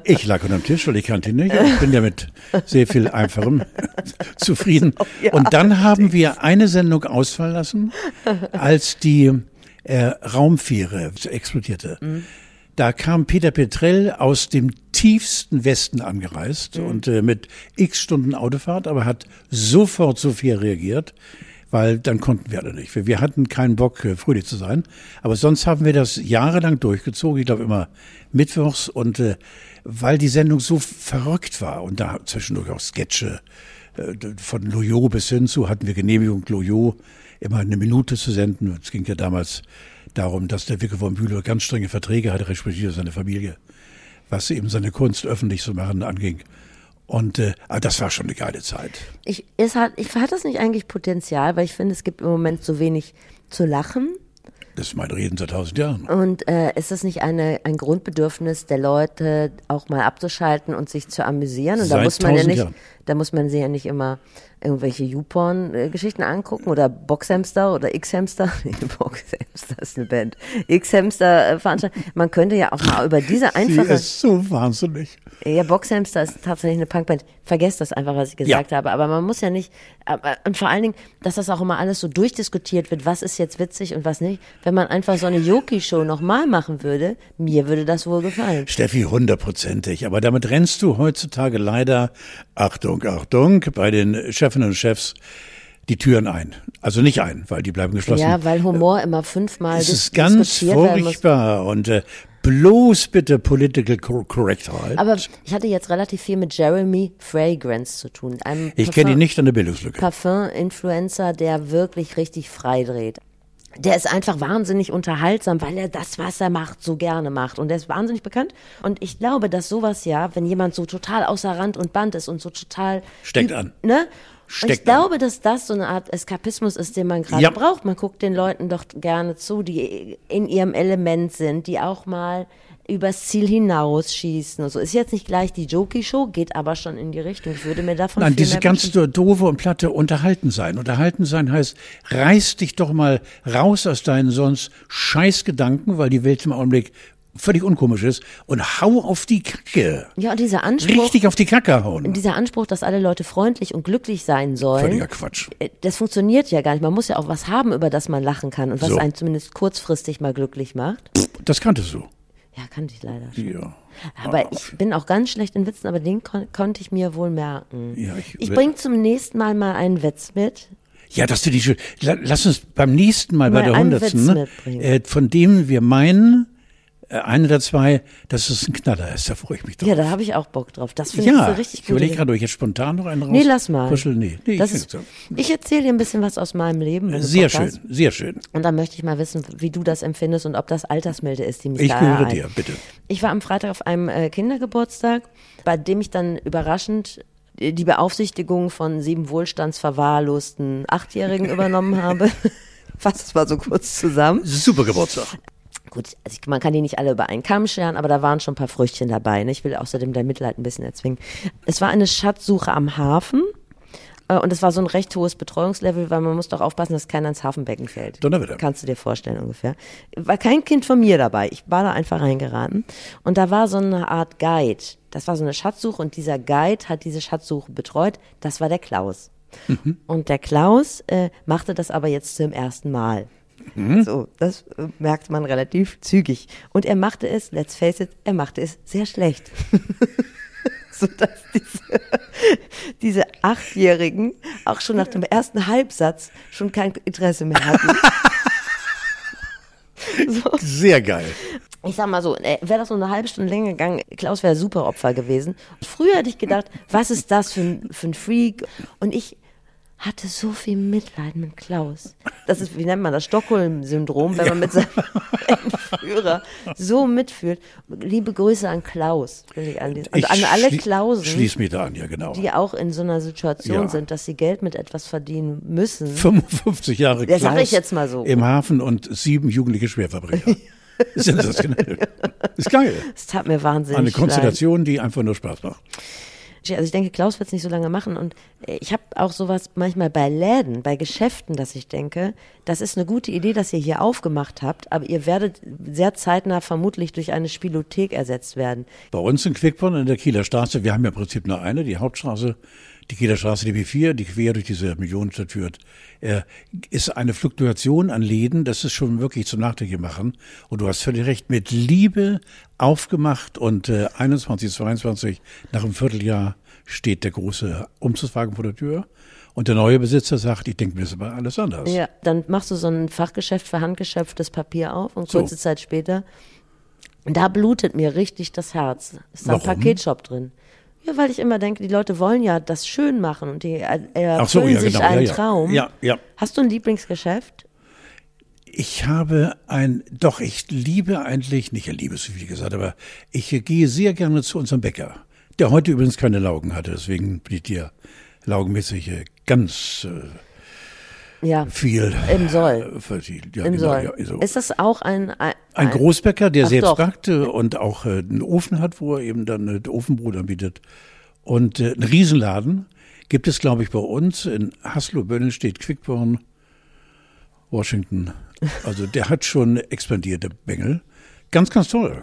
[SPEAKER 2] Ich lag unterm Tisch, weil ich kannte ihn nicht. Ich bin damit sehr viel einfachem zufrieden. Und dann haben wir eine Sendung ausfallen lassen, als die äh, Raumfähre explodierte. Da kam Peter Petrell aus dem tiefsten Westen angereist und äh, mit x Stunden Autofahrt, aber hat sofort so viel reagiert, weil dann konnten wir alle nicht. Wir, wir hatten keinen Bock, äh, fröhlich zu sein. Aber sonst haben wir das jahrelang durchgezogen, ich glaube immer mittwochs und äh, weil die Sendung so verrückt war und da zwischendurch auch Sketche äh, von Loyot bis hin zu hatten wir Genehmigung Loyot immer eine Minute zu senden. Es ging ja damals darum, dass der Wicke von Bülow ganz strenge Verträge hatte, respektive seine Familie, was eben seine Kunst öffentlich zu machen anging. Und äh, aber das war schon eine geile Zeit.
[SPEAKER 1] Ich, es hat, ich, hat das nicht eigentlich Potenzial, weil ich finde, es gibt im Moment so wenig zu lachen.
[SPEAKER 2] Das ist mein Reden seit tausend Jahren.
[SPEAKER 1] Und äh, ist das nicht eine, ein Grundbedürfnis der Leute, auch mal abzuschalten und sich zu amüsieren? Und da
[SPEAKER 2] Seit
[SPEAKER 1] muss man ja
[SPEAKER 2] 1000
[SPEAKER 1] nicht,
[SPEAKER 2] Jahren.
[SPEAKER 1] da muss man sich ja nicht immer irgendwelche YouPorn-Geschichten angucken oder Boxhamster oder X-Hamster. Nee, Boxhamster ist eine Band. X-Hamster äh, veranstalten. Man könnte ja auch mal über diese
[SPEAKER 2] Sie
[SPEAKER 1] einfache.
[SPEAKER 2] ist so wahnsinnig.
[SPEAKER 1] Ja, Boxhamster ist tatsächlich eine Punkband. Vergesst das einfach, was ich gesagt habe. Aber man muss ja nicht, aber- und vor allen Dingen, dass das auch immer alles so durchdiskutiert wird, was ist jetzt witzig und was nicht. Wenn man einfach so eine Yoki-Show nochmal machen würde, mir würde das wohl gefallen.
[SPEAKER 2] Steffi, hundertprozentig. Aber damit rennst du heutzutage leider, Achtung, Achtung, bei den Chefinnen und Chefs die Türen ein. Also nicht ein, weil die bleiben geschlossen.
[SPEAKER 1] Ja, weil Humor immer fünfmal
[SPEAKER 2] Äh, es
[SPEAKER 1] dis
[SPEAKER 2] ist ganz
[SPEAKER 1] diskutiert werden muss.
[SPEAKER 2] furchtbar. Und äh, bloß bitte political cor- correct halt.
[SPEAKER 1] Aber ich hatte jetzt relativ viel mit Jeremy Fragrance zu tun. Einem
[SPEAKER 2] ich kenne
[SPEAKER 1] Parfum-
[SPEAKER 2] ihn nicht an der Bildungslücke.
[SPEAKER 1] Parfum-Influencer, der wirklich richtig frei dreht. Der ist einfach wahnsinnig unterhaltsam, weil er das, was er macht, so gerne macht. Und der ist wahnsinnig bekannt. Und ich glaube, dass sowas ja, wenn jemand so total außer Rand und Band ist und so total.
[SPEAKER 2] Steckt an.
[SPEAKER 1] Ne? Und ich
[SPEAKER 2] Steckt an.
[SPEAKER 1] glaube, dass das so eine Art Eskapismus ist, den man gerade
[SPEAKER 2] Ja.
[SPEAKER 1] braucht. Man guckt den Leuten doch gerne zu, die in ihrem Element sind, die auch mal übers Ziel hinausschießen. Und so ist jetzt nicht gleich die Jokey-Show, geht aber schon in die Richtung. Ich würde mir davon
[SPEAKER 2] Nein,
[SPEAKER 1] viel
[SPEAKER 2] diese
[SPEAKER 1] mehr
[SPEAKER 2] ganz do- doofe und platte unterhalten sein. Unterhalten sein heißt, reiß dich doch mal raus aus deinen sonst scheiß Gedanken, weil die Welt im Augenblick völlig unkomisch ist, und hau auf die Kacke.
[SPEAKER 1] Ja, und dieser Anspruch,
[SPEAKER 2] Richtig auf die Kacke hauen.
[SPEAKER 1] dieser Anspruch, dass alle Leute freundlich und glücklich sein
[SPEAKER 2] Völliger
[SPEAKER 1] sollen,
[SPEAKER 2] Quatsch.
[SPEAKER 1] äh, das funktioniert ja gar nicht. Man muss ja auch was haben, über das man lachen kann und was
[SPEAKER 2] So.
[SPEAKER 1] einen zumindest kurzfristig mal glücklich macht.
[SPEAKER 2] Das kanntest du.
[SPEAKER 1] Ja, kann ich leider.
[SPEAKER 2] Ja.
[SPEAKER 1] Aber ich bin auch ganz schlecht in Witzen, aber den kon konnte ich mir wohl merken.
[SPEAKER 2] Ja, ich-
[SPEAKER 1] ich bring zum nächsten Mal mal einen Witz mit.
[SPEAKER 2] Ja, dass du die schon. La- Lass uns beim nächsten Mal,
[SPEAKER 1] Mal
[SPEAKER 2] bei der
[SPEAKER 1] einen
[SPEAKER 2] hundertsten,
[SPEAKER 1] Witz
[SPEAKER 2] ne,
[SPEAKER 1] mitbringen.
[SPEAKER 2] äh, von dem wir meinen, äh, eine oder zwei, dass es ein Knaller ist. Da freue ich mich drauf.
[SPEAKER 1] Ja, da habe ich auch Bock drauf. Das finde ich
[SPEAKER 2] ja,
[SPEAKER 1] so richtig
[SPEAKER 2] ich überlege
[SPEAKER 1] gut.
[SPEAKER 2] gerade, ob ich jetzt spontan noch einen raus.
[SPEAKER 1] Nee, lass mal.
[SPEAKER 2] Puschel, nee. nee
[SPEAKER 1] das
[SPEAKER 2] ich
[SPEAKER 1] ist,
[SPEAKER 2] find's
[SPEAKER 1] ich erzähle dir ein bisschen was aus meinem Leben. wenn du
[SPEAKER 2] so. Sehr
[SPEAKER 1] Bock hast.
[SPEAKER 2] schön, sehr schön.
[SPEAKER 1] Und dann möchte ich mal wissen, wie du das empfindest und ob das Altersmilde ist, die mich
[SPEAKER 2] Ich
[SPEAKER 1] da
[SPEAKER 2] gehöre
[SPEAKER 1] ereilt.
[SPEAKER 2] dir, bitte.
[SPEAKER 1] Ich war am Freitag auf einem äh, Kindergeburtstag, bei dem ich dann überraschend äh, die Beaufsichtigung von sieben wohlstandsverwahrlosten Achtjährigen übernommen habe. Fass es mal so kurz zusammen.
[SPEAKER 2] Super Geburtstag.
[SPEAKER 1] Gut, also ich, man kann die nicht alle über einen Kamm scheren, aber da waren schon ein paar Früchtchen dabei. Ne? Ich will außerdem dein Mitleid ein bisschen erzwingen. Es war eine Schatzsuche am Hafen äh, und es war so ein recht hohes Betreuungslevel, weil man muss doch aufpassen, dass keiner ins Hafenbecken fällt.
[SPEAKER 2] Donnerwetter.
[SPEAKER 1] Kannst du dir vorstellen ungefähr. War kein Kind von mir dabei. Ich war da einfach reingeraten. Und da war so eine Art Guide. Das war so eine Schatzsuche und dieser Guide hat diese Schatzsuche betreut. Das war der Klaus. Und der Klaus äh, machte das aber jetzt zum ersten Mal. So, das äh, merkt man relativ zügig. Und er machte es, let's face it, er machte es sehr schlecht. Sodass diese, diese Achtjährigen auch schon nach dem ersten Halbsatz schon kein Interesse mehr hatten.
[SPEAKER 2] Sehr geil.
[SPEAKER 1] ich sag mal so, wäre das nur eine halbe Stunde länger gegangen, Klaus wäre super Opfer gewesen. Früher hätte ich gedacht, was ist das für ein, für ein Freak? Und ich hatte so viel Mitleid mit Klaus. Das ist, wie nennt man das, Stockholm-Syndrom, wenn man mit seinem Entführer so mitfühlt. Liebe Grüße an Klaus, will ich an, die, und
[SPEAKER 2] Ich
[SPEAKER 1] an alle
[SPEAKER 2] schlie-
[SPEAKER 1] Klausen,
[SPEAKER 2] Schließ mich da an, ja, genau.
[SPEAKER 1] die auch in so einer Situation
[SPEAKER 2] Ja.
[SPEAKER 1] sind, dass sie Geld mit etwas verdienen müssen.
[SPEAKER 2] 55 Jahre
[SPEAKER 1] Ja,
[SPEAKER 2] Klaus
[SPEAKER 1] sag ich jetzt mal so.
[SPEAKER 2] im Hafen und sieben jugendliche Schwerverbrecher. Sensationell. Ist geil.
[SPEAKER 1] Das tat mir wahnsinnig
[SPEAKER 2] Eine
[SPEAKER 1] leid.
[SPEAKER 2] Konstellation, die einfach nur Spaß macht.
[SPEAKER 1] Also ich denke, Klaus wird es nicht so lange machen. Und äh, ich habe auch sowas manchmal bei Läden, bei Geschäften, dass ich denke, das ist eine gute Idee, dass ihr hier aufgemacht habt, aber ihr werdet sehr zeitnah vermutlich durch eine Spielothek ersetzt werden.
[SPEAKER 2] Bei uns in Quickborn in der Kieler Straße, wir haben ja im Prinzip nur eine, die Hauptstraße, die Kieler Straße, die B4, die quer durch diese Millionenstadt führt, äh, ist eine Fluktuation an Läden, das ist schon wirklich zum Nachdenken machen. Und du hast völlig recht, mit Liebe aufgemacht und äh, 21, 22, nach einem Vierteljahr steht der große Umzugswagen vor der Tür und der neue Besitzer sagt, ich denke mir das ist aber alles anders.
[SPEAKER 1] Ja. Dann machst du so ein Fachgeschäft für handgeschöpftes Papier auf und
[SPEAKER 2] So.
[SPEAKER 1] kurze Zeit später, da blutet mir richtig das Herz. Ist da ein
[SPEAKER 2] Warum?
[SPEAKER 1] Paketshop drin. Ja, weil ich immer denke, die Leute wollen ja das schön machen und die er- erfüllen
[SPEAKER 2] Ach so, ja,
[SPEAKER 1] sich
[SPEAKER 2] genau, ja,
[SPEAKER 1] einen
[SPEAKER 2] ja.
[SPEAKER 1] Traum.
[SPEAKER 2] Ja, ja.
[SPEAKER 1] Hast du ein Lieblingsgeschäft?
[SPEAKER 2] Ich habe ein, doch, ich liebe eigentlich, nicht ich liebe es, wie gesagt, aber ich gehe sehr gerne zu unserem Bäcker. der heute übrigens keine Laugen hatte. Deswegen blieb dir laugenmäßig äh, ganz
[SPEAKER 1] Ja,
[SPEAKER 2] äh, viel.
[SPEAKER 1] Im Soll.
[SPEAKER 2] äh, verdient. Ja,
[SPEAKER 1] im
[SPEAKER 2] genau,
[SPEAKER 1] Soll.
[SPEAKER 2] ja, so.
[SPEAKER 1] Ist das auch ein... Ein,
[SPEAKER 2] Ein Großbäcker, der
[SPEAKER 1] Ach
[SPEAKER 2] selbst
[SPEAKER 1] doch.
[SPEAKER 2] backt äh, und auch äh, einen Ofen hat, wo er eben dann äh, Ofenbrot anbietet. Und äh, einen Riesenladen gibt es, glaube ich, bei uns in Haslow-Böllen steht Quickborn, Washington. Also der hat schon expandierte Bengel. Ganz, ganz toll.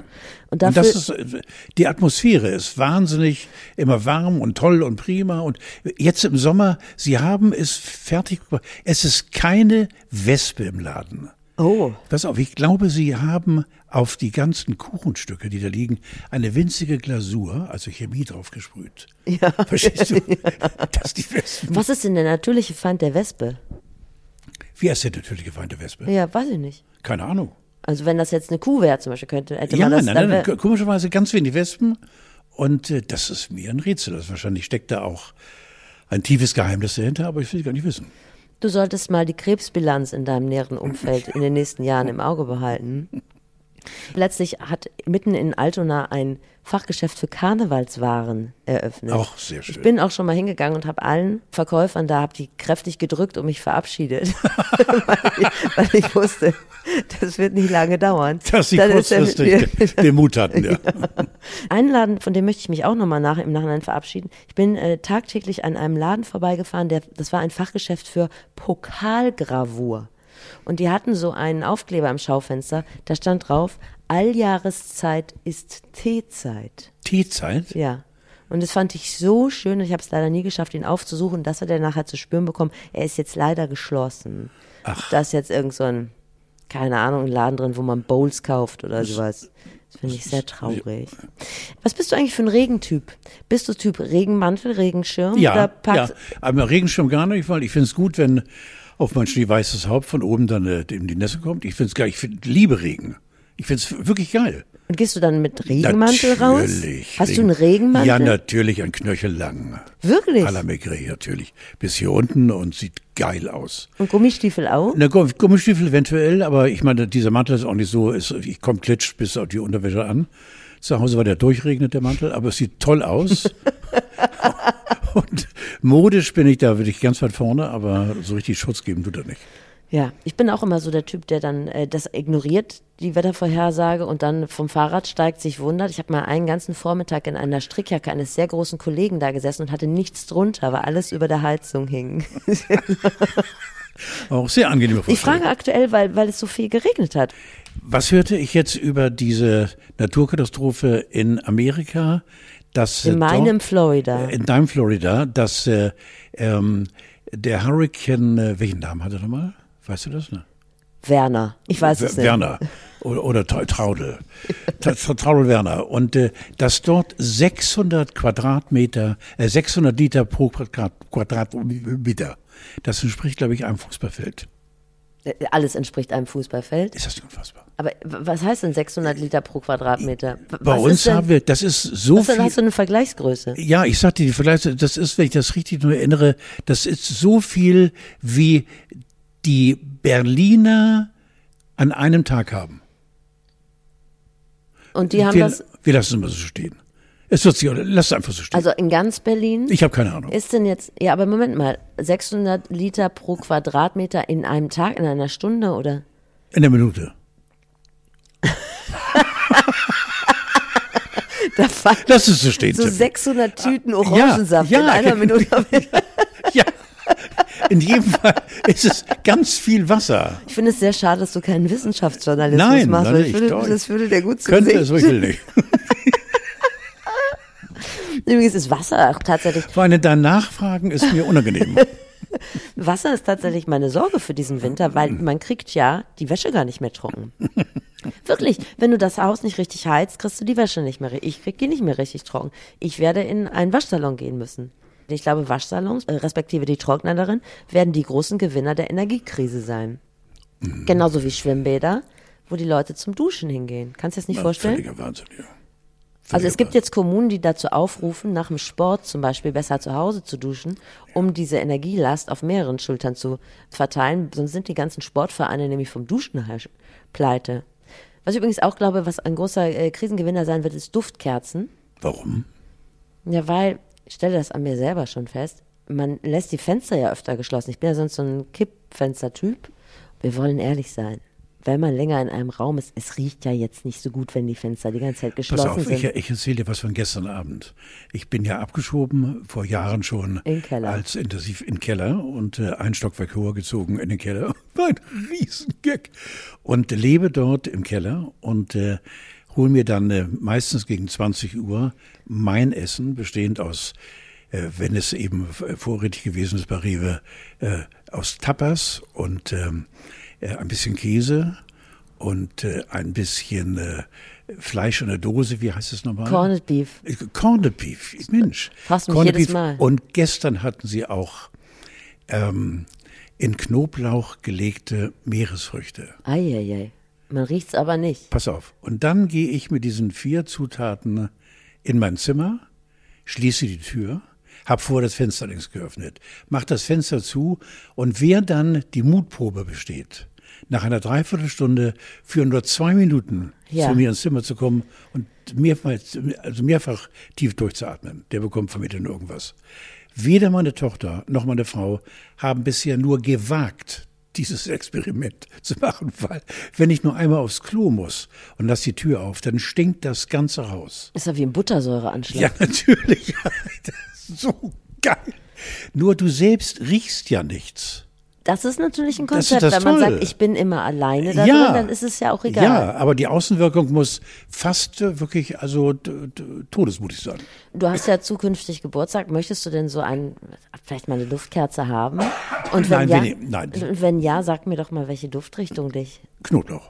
[SPEAKER 1] Und
[SPEAKER 2] Und
[SPEAKER 1] dafür,
[SPEAKER 2] das ist, äh, die Atmosphäre ist wahnsinnig immer warm und toll und prima. Und jetzt im Sommer, Sie haben es fertig. gebracht. Es ist keine Wespe im Laden.
[SPEAKER 1] oh,
[SPEAKER 2] Pass auf, ich glaube, Sie haben auf die ganzen Kuchenstücke, die da liegen, eine winzige Glasur, also Chemie draufgesprüht. Ja. Verstehst du? Dass die Wespen.
[SPEAKER 1] was ist denn der natürliche Feind der Wespe?
[SPEAKER 2] Wie heißt der natürliche Feind der Wespe?
[SPEAKER 1] Ja, weiß ich nicht.
[SPEAKER 2] Keine Ahnung.
[SPEAKER 1] Also wenn das jetzt eine Kuh wäre zum Beispiel, könnte, hätte
[SPEAKER 2] Ja,
[SPEAKER 1] man das
[SPEAKER 2] nein, nein,
[SPEAKER 1] dann
[SPEAKER 2] nein,
[SPEAKER 1] wär-
[SPEAKER 2] komischerweise ganz wenig Wespen. Und äh, das ist mir ein Rätsel. Das wahrscheinlich steckt da auch ein tiefes Geheimnis dahinter, aber ich will gar nicht wissen.
[SPEAKER 1] Du solltest mal die Krebsbilanz in deinem näheren Umfeld in den nächsten Jahren im Auge behalten. Letztlich hat mitten in Altona ein Fachgeschäft für Karnevalswaren eröffnet.
[SPEAKER 2] Auch sehr
[SPEAKER 1] Ich
[SPEAKER 2] schön.
[SPEAKER 1] bin auch schon mal hingegangen und habe allen Verkäufern da, habe die kräftig gedrückt und mich verabschiedet, weil, ich, weil ich wusste, das wird nicht lange dauern.
[SPEAKER 2] Dass Sie
[SPEAKER 1] Dann ist der-
[SPEAKER 2] kurzfristig den- den Mut hatten, ja.
[SPEAKER 1] Ein Laden, von dem möchte ich mich auch nochmal nach, im Nachhinein verabschieden. Ich bin äh, tagtäglich an einem Laden vorbeigefahren, der, das war ein Fachgeschäft für Pokalgravur. Und die hatten so einen Aufkleber im Schaufenster, da stand drauf, Alljahreszeit ist Teezeit.
[SPEAKER 2] Teezeit?
[SPEAKER 1] Ja. Und das fand ich so schön und ich habe es leider nie geschafft, ihn aufzusuchen. Das hat er nachher zu spüren bekommen. Er ist jetzt leider geschlossen. Ach. Da ist jetzt irgend so ein, keine Ahnung, ein Laden drin, wo man Bowls kauft oder sowas. Das finde ich sehr traurig. Was bist du eigentlich für ein Regentyp? Bist du Typ Regenmantel, Regenschirm? oder
[SPEAKER 2] Ja, ja.
[SPEAKER 1] packst-
[SPEAKER 2] Aber Regenschirm gar nicht, weil ich finde es gut, wenn auf mein schneeweißes Haupt von oben dann äh, eben die Nässe kommt. Ich finde es geil. Ich find, liebe Regen. Ich finde es wirklich geil.
[SPEAKER 1] Und gehst du dann mit Regenmantel
[SPEAKER 2] natürlich.
[SPEAKER 1] raus? Hast du einen
[SPEAKER 2] Regen-
[SPEAKER 1] Regenmantel?
[SPEAKER 2] Ja, natürlich, ein Knöchel lang.
[SPEAKER 1] Wirklich?
[SPEAKER 2] À la Maigret, natürlich. Bis hier unten und sieht geil aus.
[SPEAKER 1] Und Gummistiefel auch?
[SPEAKER 2] Na, Gumm- Gummistiefel eventuell, aber ich meine, dieser Mantel ist auch nicht so, ist, ich komme klitsch bis auf die Unterwäsche an. Zu Hause war der durchregnet, der Mantel, aber es sieht toll aus. Und modisch bin ich da wirklich ganz weit vorne, aber so richtig Schutz geben tut er nicht.
[SPEAKER 1] Ja, ich bin auch immer so der Typ, der dann äh, das ignoriert, die Wettervorhersage, und dann vom Fahrrad steigt, sich wundert. Ich habe mal einen ganzen Vormittag in einer Strickjacke eines sehr großen Kollegen da gesessen und hatte nichts drunter, weil alles über der Heizung hing.
[SPEAKER 2] Auch sehr angenehme
[SPEAKER 1] Ich
[SPEAKER 2] Vorstellung.
[SPEAKER 1] frage aktuell, weil, weil es so viel geregnet hat.
[SPEAKER 2] Was hörte ich jetzt über diese Naturkatastrophe in Amerika? Dass
[SPEAKER 1] In
[SPEAKER 2] äh, dort-
[SPEAKER 1] meinem Florida.
[SPEAKER 2] in deinem Florida, dass äh, ähm, der Hurricane, äh, welchen Namen hat er nochmal? Weißt du das? Ne?
[SPEAKER 1] Werner. Ich weiß es
[SPEAKER 2] Wer-
[SPEAKER 1] nicht.
[SPEAKER 2] Werner oder, oder Tra- Traudel. Tra- Tra- Traudel Werner. Und äh, dass dort 600 Quadratmeter, äh, 600 Liter pro Quadrat, Quadratmeter, das entspricht, glaube ich, einem Fußballfeld.
[SPEAKER 1] Äh, Alles entspricht einem Fußballfeld.
[SPEAKER 2] Ist das nicht unfassbar?
[SPEAKER 1] Aber w- was heißt denn 600 Liter pro Quadratmeter? W-
[SPEAKER 2] Bei
[SPEAKER 1] was
[SPEAKER 2] uns
[SPEAKER 1] ist denn,
[SPEAKER 2] haben wir, das ist so
[SPEAKER 1] was ist denn,
[SPEAKER 2] viel.
[SPEAKER 1] hast du eine Vergleichsgröße?
[SPEAKER 2] Ja, ich sagte, die Vergleiche, das ist, wenn ich das richtig nur erinnere, das ist so viel, wie die Berliner an einem Tag haben.
[SPEAKER 1] Und die haben
[SPEAKER 2] wir,
[SPEAKER 1] das,
[SPEAKER 2] wir lassen es mal so stehen. Es wird sich, lass es einfach so stehen.
[SPEAKER 1] also in ganz Berlin?
[SPEAKER 2] ich habe keine Ahnung.
[SPEAKER 1] Ist denn jetzt, ja, aber Moment mal, 600 Liter pro Quadratmeter in einem Tag, in einer Stunde oder?
[SPEAKER 2] In der Minute.
[SPEAKER 1] Da fallen
[SPEAKER 2] Lass es so stehen.
[SPEAKER 1] so
[SPEAKER 2] Tim.
[SPEAKER 1] 600 Tüten Orangensaft
[SPEAKER 2] äh, ja,
[SPEAKER 1] in einer
[SPEAKER 2] ja.
[SPEAKER 1] Minute.
[SPEAKER 2] ja. In jedem Fall ist es ganz viel Wasser.
[SPEAKER 1] Ich finde es sehr schade, dass du keinen Wissenschaftsjournalismus
[SPEAKER 2] Nein,
[SPEAKER 1] machst,
[SPEAKER 2] nein,
[SPEAKER 1] weil ich
[SPEAKER 2] nicht,
[SPEAKER 1] würde,
[SPEAKER 2] doch.
[SPEAKER 1] das würde dir gut zu
[SPEAKER 2] Könnte
[SPEAKER 1] sehen.
[SPEAKER 2] es, aber ich will nicht.
[SPEAKER 1] Übrigens ist Wasser auch tatsächlich,
[SPEAKER 2] Vor allem dein Nachfragen ist mir unangenehm.
[SPEAKER 1] Wasser ist tatsächlich meine Sorge für diesen Winter, weil man kriegt ja die Wäsche gar nicht mehr trocken. Wirklich, wenn du das Haus nicht richtig heizt, kriegst du die Wäsche nicht mehr. ri- Ich krieg die nicht mehr richtig trocken. Ich werde in einen Waschsalon gehen müssen. Ich glaube, Waschsalons, äh, respektive die Trockner darin, werden die großen Gewinner der Energiekrise sein. Genauso wie Schwimmbäder, wo die Leute zum Duschen hingehen. Kannst du dir das nicht vorstellen?
[SPEAKER 2] Völliger Wahnsinn, ja.
[SPEAKER 1] Also es gibt jetzt Kommunen, die dazu aufrufen, nach dem Sport zum Beispiel besser zu Hause zu duschen, um diese Energielast auf mehreren Schultern zu verteilen. Sonst sind die ganzen Sportvereine nämlich vom Duschen her sch- pleite. Was ich übrigens auch glaube, was ein großer äh, Krisengewinner sein wird, ist Duftkerzen.
[SPEAKER 2] Warum?
[SPEAKER 1] Ja, weil, ich stelle das an mir selber schon fest, man lässt die Fenster ja öfter geschlossen. Ich bin ja sonst so ein Kippfenstertyp. Wir wollen ehrlich sein. Wenn man länger in einem Raum ist, es riecht ja jetzt nicht so gut, wenn die Fenster die ganze Zeit
[SPEAKER 2] Pass
[SPEAKER 1] geschlossen
[SPEAKER 2] auf,
[SPEAKER 1] sind.
[SPEAKER 2] ich, ich erzähle dir was von gestern Abend. Ich bin ja abgeschoben, vor Jahren schon,
[SPEAKER 1] In den Keller.
[SPEAKER 2] als intensiv in den Keller und äh, ein Stockwerk höher gezogen in den Keller. Ein Riesengag. Und lebe dort im Keller und äh, hole mir dann äh, meistens gegen 20 Uhr mein Essen, bestehend aus, äh, wenn es eben v- vorrätig gewesen ist bei Rewe, äh, aus Tapas und ähm, äh, ein bisschen Käse und äh, ein bisschen äh, Fleisch in der Dose, wie heißt es nochmal?
[SPEAKER 1] Corned Beef.
[SPEAKER 2] Äh, Corned Beef, Mensch.
[SPEAKER 1] Fragst mich
[SPEAKER 2] Corned
[SPEAKER 1] jedes Mal.
[SPEAKER 2] Und gestern hatten sie auch ähm, in Knoblauch gelegte Meeresfrüchte.
[SPEAKER 1] Eieiei. Man riecht's aber nicht.
[SPEAKER 2] Pass auf. Und dann gehe ich mit diesen vier Zutaten in mein Zimmer, schließe die Tür, hab vorher das Fenster links geöffnet, mach das Fenster zu und wer dann die Mutprobe besteht, nach einer Dreiviertelstunde für nur zwei Minuten
[SPEAKER 1] Ja.
[SPEAKER 2] zu mir ins Zimmer zu kommen und mehrfach, also mehrfach tief durchzuatmen, der bekommt von mir dann irgendwas. Weder meine Tochter noch meine Frau haben bisher nur gewagt, dieses Experiment zu machen, weil wenn ich nur einmal aufs Klo muss und lass die Tür auf, dann stinkt das ganze Haus.
[SPEAKER 1] Ist ja wie ein Buttersäureanschlag.
[SPEAKER 2] Ja, natürlich. Das ist so geil. Nur du selbst riechst ja nichts.
[SPEAKER 1] Das ist natürlich ein
[SPEAKER 2] Das ist
[SPEAKER 1] Konzept.
[SPEAKER 2] das
[SPEAKER 1] Wenn man
[SPEAKER 2] Tolle.
[SPEAKER 1] sagt, ich bin immer alleine da drin, dann ist es ja auch egal.
[SPEAKER 2] Ja, aber die Außenwirkung muss fast äh, wirklich also d- d- todesmutig sein.
[SPEAKER 1] Du hast ja zukünftig Geburtstag. Möchtest du denn so ein, vielleicht mal eine Duftkerze haben? Und wenn
[SPEAKER 2] Nein,
[SPEAKER 1] ja,
[SPEAKER 2] Willi, nein.
[SPEAKER 1] Und wenn ja, sag mir doch mal, welche Duftrichtung dich.
[SPEAKER 2] Knoblauch.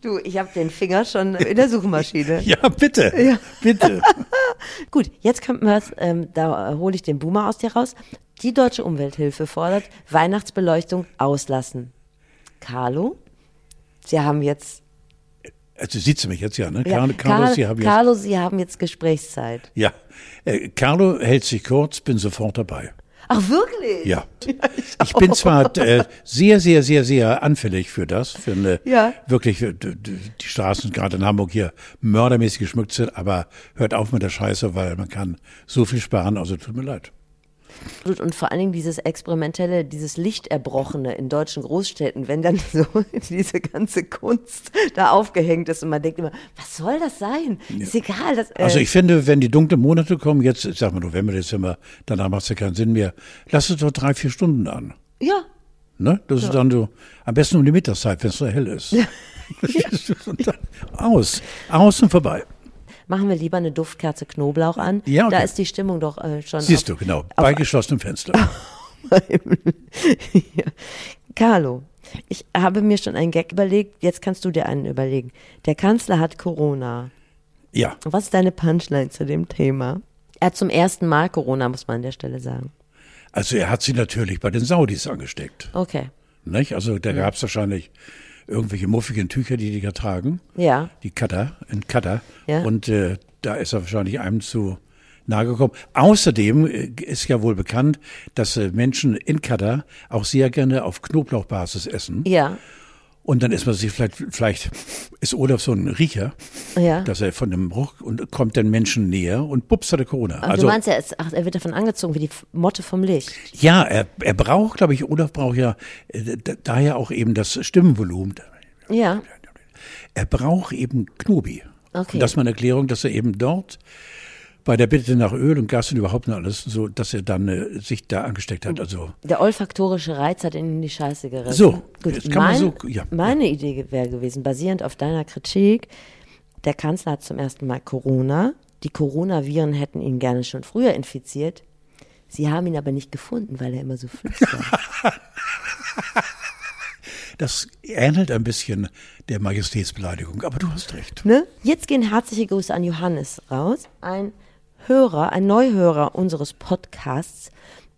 [SPEAKER 1] Du, ich habe den Finger schon in der Suchmaschine.
[SPEAKER 2] Ja, bitte. Bitte.
[SPEAKER 1] Gut, jetzt könnten wir es, ähm, da hole ich den Boomer aus dir raus. Die Deutsche Umwelthilfe fordert Weihnachtsbeleuchtung auslassen. Carlo, Sie haben jetzt.
[SPEAKER 2] Also siehst du mich jetzt ja, ne?
[SPEAKER 1] ja,
[SPEAKER 2] Carlo, Carlo, Sie haben jetzt,
[SPEAKER 1] Carlo, Sie haben jetzt Gesprächszeit.
[SPEAKER 2] ja. Äh, Carlo hält sich kurz, bin sofort dabei.
[SPEAKER 1] Ach, wirklich?
[SPEAKER 2] Ja. Ich bin zwar äh, sehr, sehr, sehr, sehr anfällig für das, für eine,
[SPEAKER 1] Ja.
[SPEAKER 2] wirklich, äh, d- d- die Straßen gerade in Hamburg hier mördermäßig geschmückt sind, aber hört auf mit der Scheiße, weil man kann so viel sparen, also tut mir leid.
[SPEAKER 1] Absolut. Und vor allen Dingen dieses experimentelle, dieses Lichterbrochene in deutschen Großstädten, wenn dann so diese ganze Kunst da aufgehängt ist und man denkt immer, was soll das sein? Ist egal. Das, äh,
[SPEAKER 2] Also ich finde, wenn die dunklen Monate kommen, jetzt, ich sag mal November, Dezember, danach macht es ja keinen Sinn mehr, lass es doch drei, vier Stunden an.
[SPEAKER 1] ja,
[SPEAKER 2] Ne? Das ist dann so, am besten um die Mittagszeit, wenn es so hell ist. Verstehst du? Und dann aus, aus und vorbei.
[SPEAKER 1] machen wir lieber eine Duftkerze Knoblauch an.
[SPEAKER 2] Ja, okay.
[SPEAKER 1] Da ist die Stimmung doch äh, schon.
[SPEAKER 2] Siehst du, genau, bei geschlossenem Fenster.
[SPEAKER 1] ja. Carlo, ich habe mir schon einen Gag überlegt, jetzt kannst du dir einen überlegen. Der Kanzler hat Corona.
[SPEAKER 2] Ja.
[SPEAKER 1] Was ist deine Punchline zu dem Thema? Er hat zum ersten Mal Corona, muss man an der Stelle sagen.
[SPEAKER 2] Also er hat sie natürlich bei den Saudis angesteckt.
[SPEAKER 1] Okay.
[SPEAKER 2] Nicht? Also da gab es wahrscheinlich irgendwelche muffigen Tücher, die die da tragen.
[SPEAKER 1] Ja.
[SPEAKER 2] Die Cutter, in Cutter.
[SPEAKER 1] Ja.
[SPEAKER 2] Und äh, da ist er wahrscheinlich einem zu nahe gekommen. Außerdem äh, ist ja wohl bekannt, dass äh, Menschen in Cutter auch sehr gerne auf Knoblauchbasis essen.
[SPEAKER 1] Ja.
[SPEAKER 2] Und dann ist man sich vielleicht, vielleicht ist Olaf so ein Riecher,
[SPEAKER 1] Ja.
[SPEAKER 2] dass er von dem Bruch und kommt den Menschen näher und bups hat er Corona. Also,
[SPEAKER 1] Aber du meinst, er, ist, ach, er wird davon angezogen, wie die F- Motte vom Licht.
[SPEAKER 2] Ja, er, er braucht, glaube ich, Olaf braucht ja äh, da- daher auch eben das Stimmenvolumen.
[SPEAKER 1] Ja.
[SPEAKER 2] Er braucht eben Knobi.
[SPEAKER 1] Okay.
[SPEAKER 2] Und das ist meine Erklärung, dass er eben dort bei der Bitte nach Öl und Gas und überhaupt und alles, so, dass er dann äh, sich da angesteckt
[SPEAKER 1] Mhm.
[SPEAKER 2] hat. Also
[SPEAKER 1] Der olfaktorische Reiz hat ihn in die Scheiße gerissen.
[SPEAKER 2] So,
[SPEAKER 1] Gut,
[SPEAKER 2] jetzt kann man
[SPEAKER 1] mein,
[SPEAKER 2] so- ja.
[SPEAKER 1] meine Idee wäre gewesen, basierend auf deiner Kritik, der Kanzler hat zum ersten Mal Corona. Die Coronaviren hätten ihn gerne schon früher infiziert. Sie haben ihn aber nicht gefunden, weil er immer so flüstert.
[SPEAKER 2] das ähnelt ein bisschen der Majestätsbeleidigung. Aber du hast recht.
[SPEAKER 1] Ne? Jetzt gehen herzliche Grüße an Johannes raus. Ein Hörer, ein Neuhörer unseres Podcasts,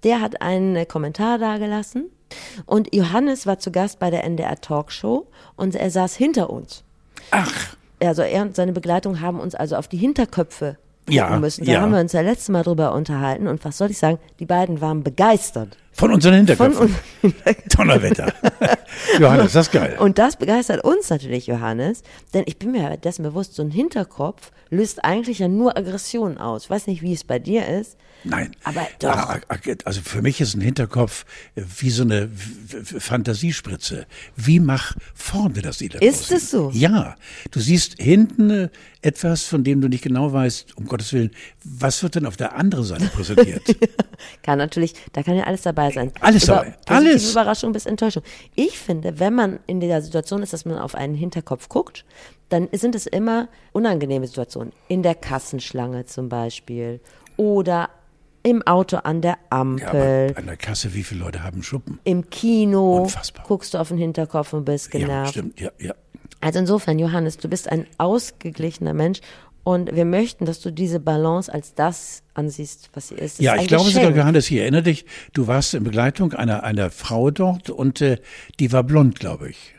[SPEAKER 1] der hat einen äh, Kommentar dagelassen. Und Johannes war zu Gast bei der NDR Talkshow und er saß hinter uns.
[SPEAKER 2] Ach,
[SPEAKER 1] Also er und seine Begleitung haben uns also auf die Hinterköpfe gucken
[SPEAKER 2] Ja,
[SPEAKER 1] müssen. Da
[SPEAKER 2] ja.
[SPEAKER 1] haben wir uns ja letztes Mal drüber unterhalten. Und was soll ich sagen? Die beiden waren begeistert.
[SPEAKER 2] von unseren
[SPEAKER 1] Von
[SPEAKER 2] Hinterköpfen.
[SPEAKER 1] uns.
[SPEAKER 2] Donnerwetter. Johannes, das ist geil.
[SPEAKER 1] Und das begeistert uns natürlich, Johannes, denn ich bin mir dessen bewusst, so ein Hinterkopf löst eigentlich ja nur Aggression aus. Ich weiß nicht, wie es bei dir ist.
[SPEAKER 2] Nein.
[SPEAKER 1] Aber doch.
[SPEAKER 2] Ah, ah, Also für mich ist ein Hinterkopf äh, wie so eine F- F- Fantasiespritze. Wie mach vorne das Lied
[SPEAKER 1] Ist
[SPEAKER 2] aussieht.
[SPEAKER 1] es so?
[SPEAKER 2] Ja. Du siehst hinten äh, etwas, von dem du nicht genau weißt, um Gottes Willen, was wird denn auf der anderen Seite präsentiert?
[SPEAKER 1] Kann natürlich, da kann ja alles dabei sein.
[SPEAKER 2] Alles
[SPEAKER 1] Über,
[SPEAKER 2] dabei.
[SPEAKER 1] positive
[SPEAKER 2] Alles.
[SPEAKER 1] Überraschung bis Enttäuschung. Ich finde, wenn man in der Situation ist, dass man auf einen Hinterkopf guckt, dann sind es immer unangenehme Situationen. In der Kassenschlange zum Beispiel. Oder im Auto an der
[SPEAKER 2] ja, aber
[SPEAKER 1] Ampel.
[SPEAKER 2] an der Kasse, wie viele Leute haben Schuppen?
[SPEAKER 1] Im Kino
[SPEAKER 2] Unfassbar.
[SPEAKER 1] guckst du auf den Hinterkopf und bist
[SPEAKER 2] Ja,
[SPEAKER 1] genervt.
[SPEAKER 2] stimmt. Ja, ja.
[SPEAKER 1] Also insofern, Johannes, du bist ein ausgeglichener Mensch und wir möchten, dass du diese Balance als das ansiehst, was sie ist. Es
[SPEAKER 2] Ja,
[SPEAKER 1] ist ein
[SPEAKER 2] ich glaube
[SPEAKER 1] Geschenk.
[SPEAKER 2] sogar, Johannes, ich erinnere dich, du warst in Begleitung einer, einer Frau dort und äh, die war blond, glaube ich.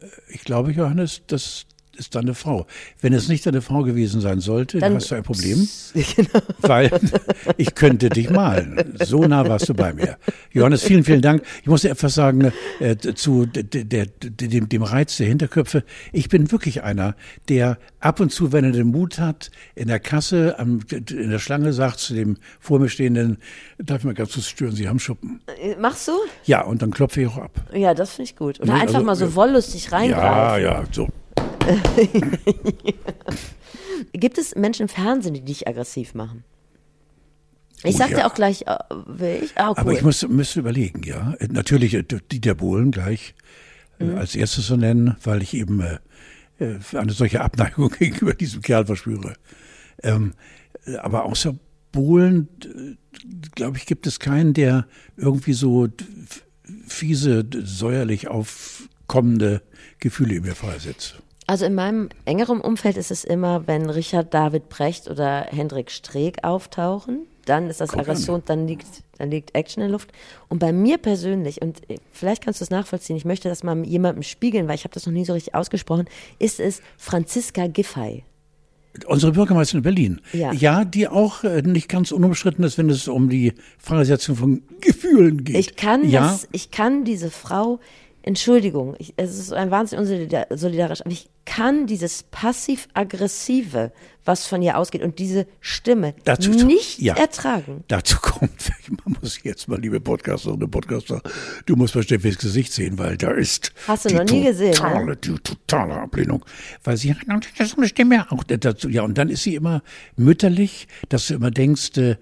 [SPEAKER 2] Äh, Ich glaube, Johannes, das ist deine Frau. Wenn es nicht deine Frau gewesen sein sollte, dann hast du ein Problem,
[SPEAKER 1] Genau.
[SPEAKER 2] weil ich könnte dich malen. So nah warst du bei mir. Johannes, vielen, vielen Dank. Ich muss dir etwas sagen äh, zu d- d- der, d- dem, dem Reiz der Hinterköpfe. Ich bin wirklich einer, der ab und zu, wenn er den Mut hat, in der Kasse, am, in der Schlange sagt zu dem vor mir stehenden, darf ich mal ganz kurz stören, Sie haben Schuppen.
[SPEAKER 1] Äh, Machst du?
[SPEAKER 2] Ja, und dann klopfe ich auch ab.
[SPEAKER 1] Ja, das finde ich gut. Oder
[SPEAKER 2] Nee,
[SPEAKER 1] einfach
[SPEAKER 2] also,
[SPEAKER 1] mal so
[SPEAKER 2] ja.
[SPEAKER 1] wollüstig
[SPEAKER 2] Ja,
[SPEAKER 1] reingreifen.
[SPEAKER 2] ja, so.
[SPEAKER 1] Gibt es Menschen im Fernsehen, die dich aggressiv machen? Ich
[SPEAKER 2] Oh,
[SPEAKER 1] sag dir
[SPEAKER 2] ja.
[SPEAKER 1] auch gleich, äh, will ich? Ah, cool.
[SPEAKER 2] Aber ich muss, müsste überlegen, ja. Äh, Natürlich äh, Dieter Bohlen gleich äh,
[SPEAKER 1] Mhm.
[SPEAKER 2] als erstes zu nennen, weil ich eben äh, äh, eine solche Abneigung gegenüber diesem Kerl verspüre. Ähm, äh, aber außer Bohlen, glaube ich, gibt es keinen, der irgendwie so d- f- fiese, d- säuerlich aufkommende Gefühle in mir freisetzt.
[SPEAKER 1] Also in meinem engeren Umfeld ist es immer, wenn Richard David Brecht oder Hendrik Streeck auftauchen, dann ist das
[SPEAKER 2] Guck an.
[SPEAKER 1] Aggression, dann liegt, dann liegt Action in der Luft. Und bei mir persönlich, und vielleicht kannst du es nachvollziehen, ich möchte das mal jemandem spiegeln, weil ich habe das noch nie so richtig ausgesprochen, ist es Franziska Giffey.
[SPEAKER 2] Unsere Bürgermeisterin in Berlin.
[SPEAKER 1] Ja.
[SPEAKER 2] die auch äh, nicht ganz unumstritten ist, wenn es um die Freisetzung von Gefühlen geht.
[SPEAKER 1] Ich kann
[SPEAKER 2] ja?
[SPEAKER 1] das, ich kann diese Frau, Entschuldigung, ich, es ist ein Wahnsinn unsolidarisch, aber ich kann dieses passiv-aggressive, was von ihr ausgeht und diese Stimme
[SPEAKER 2] Dazu-
[SPEAKER 1] nicht
[SPEAKER 2] ja.
[SPEAKER 1] ertragen.
[SPEAKER 2] Dazu kommt, man muss jetzt mal, liebe Podcasterinnen und Podcaster, du musst mal Steffis Gesicht sehen, weil da ist
[SPEAKER 1] Hast du noch nie gesehen, ne?
[SPEAKER 2] totale, die totale Ablehnung. Weil sie hat natürlich das ist eine Stimme auch dazu. Ja, und dann ist sie immer mütterlich, dass du immer denkst, äh,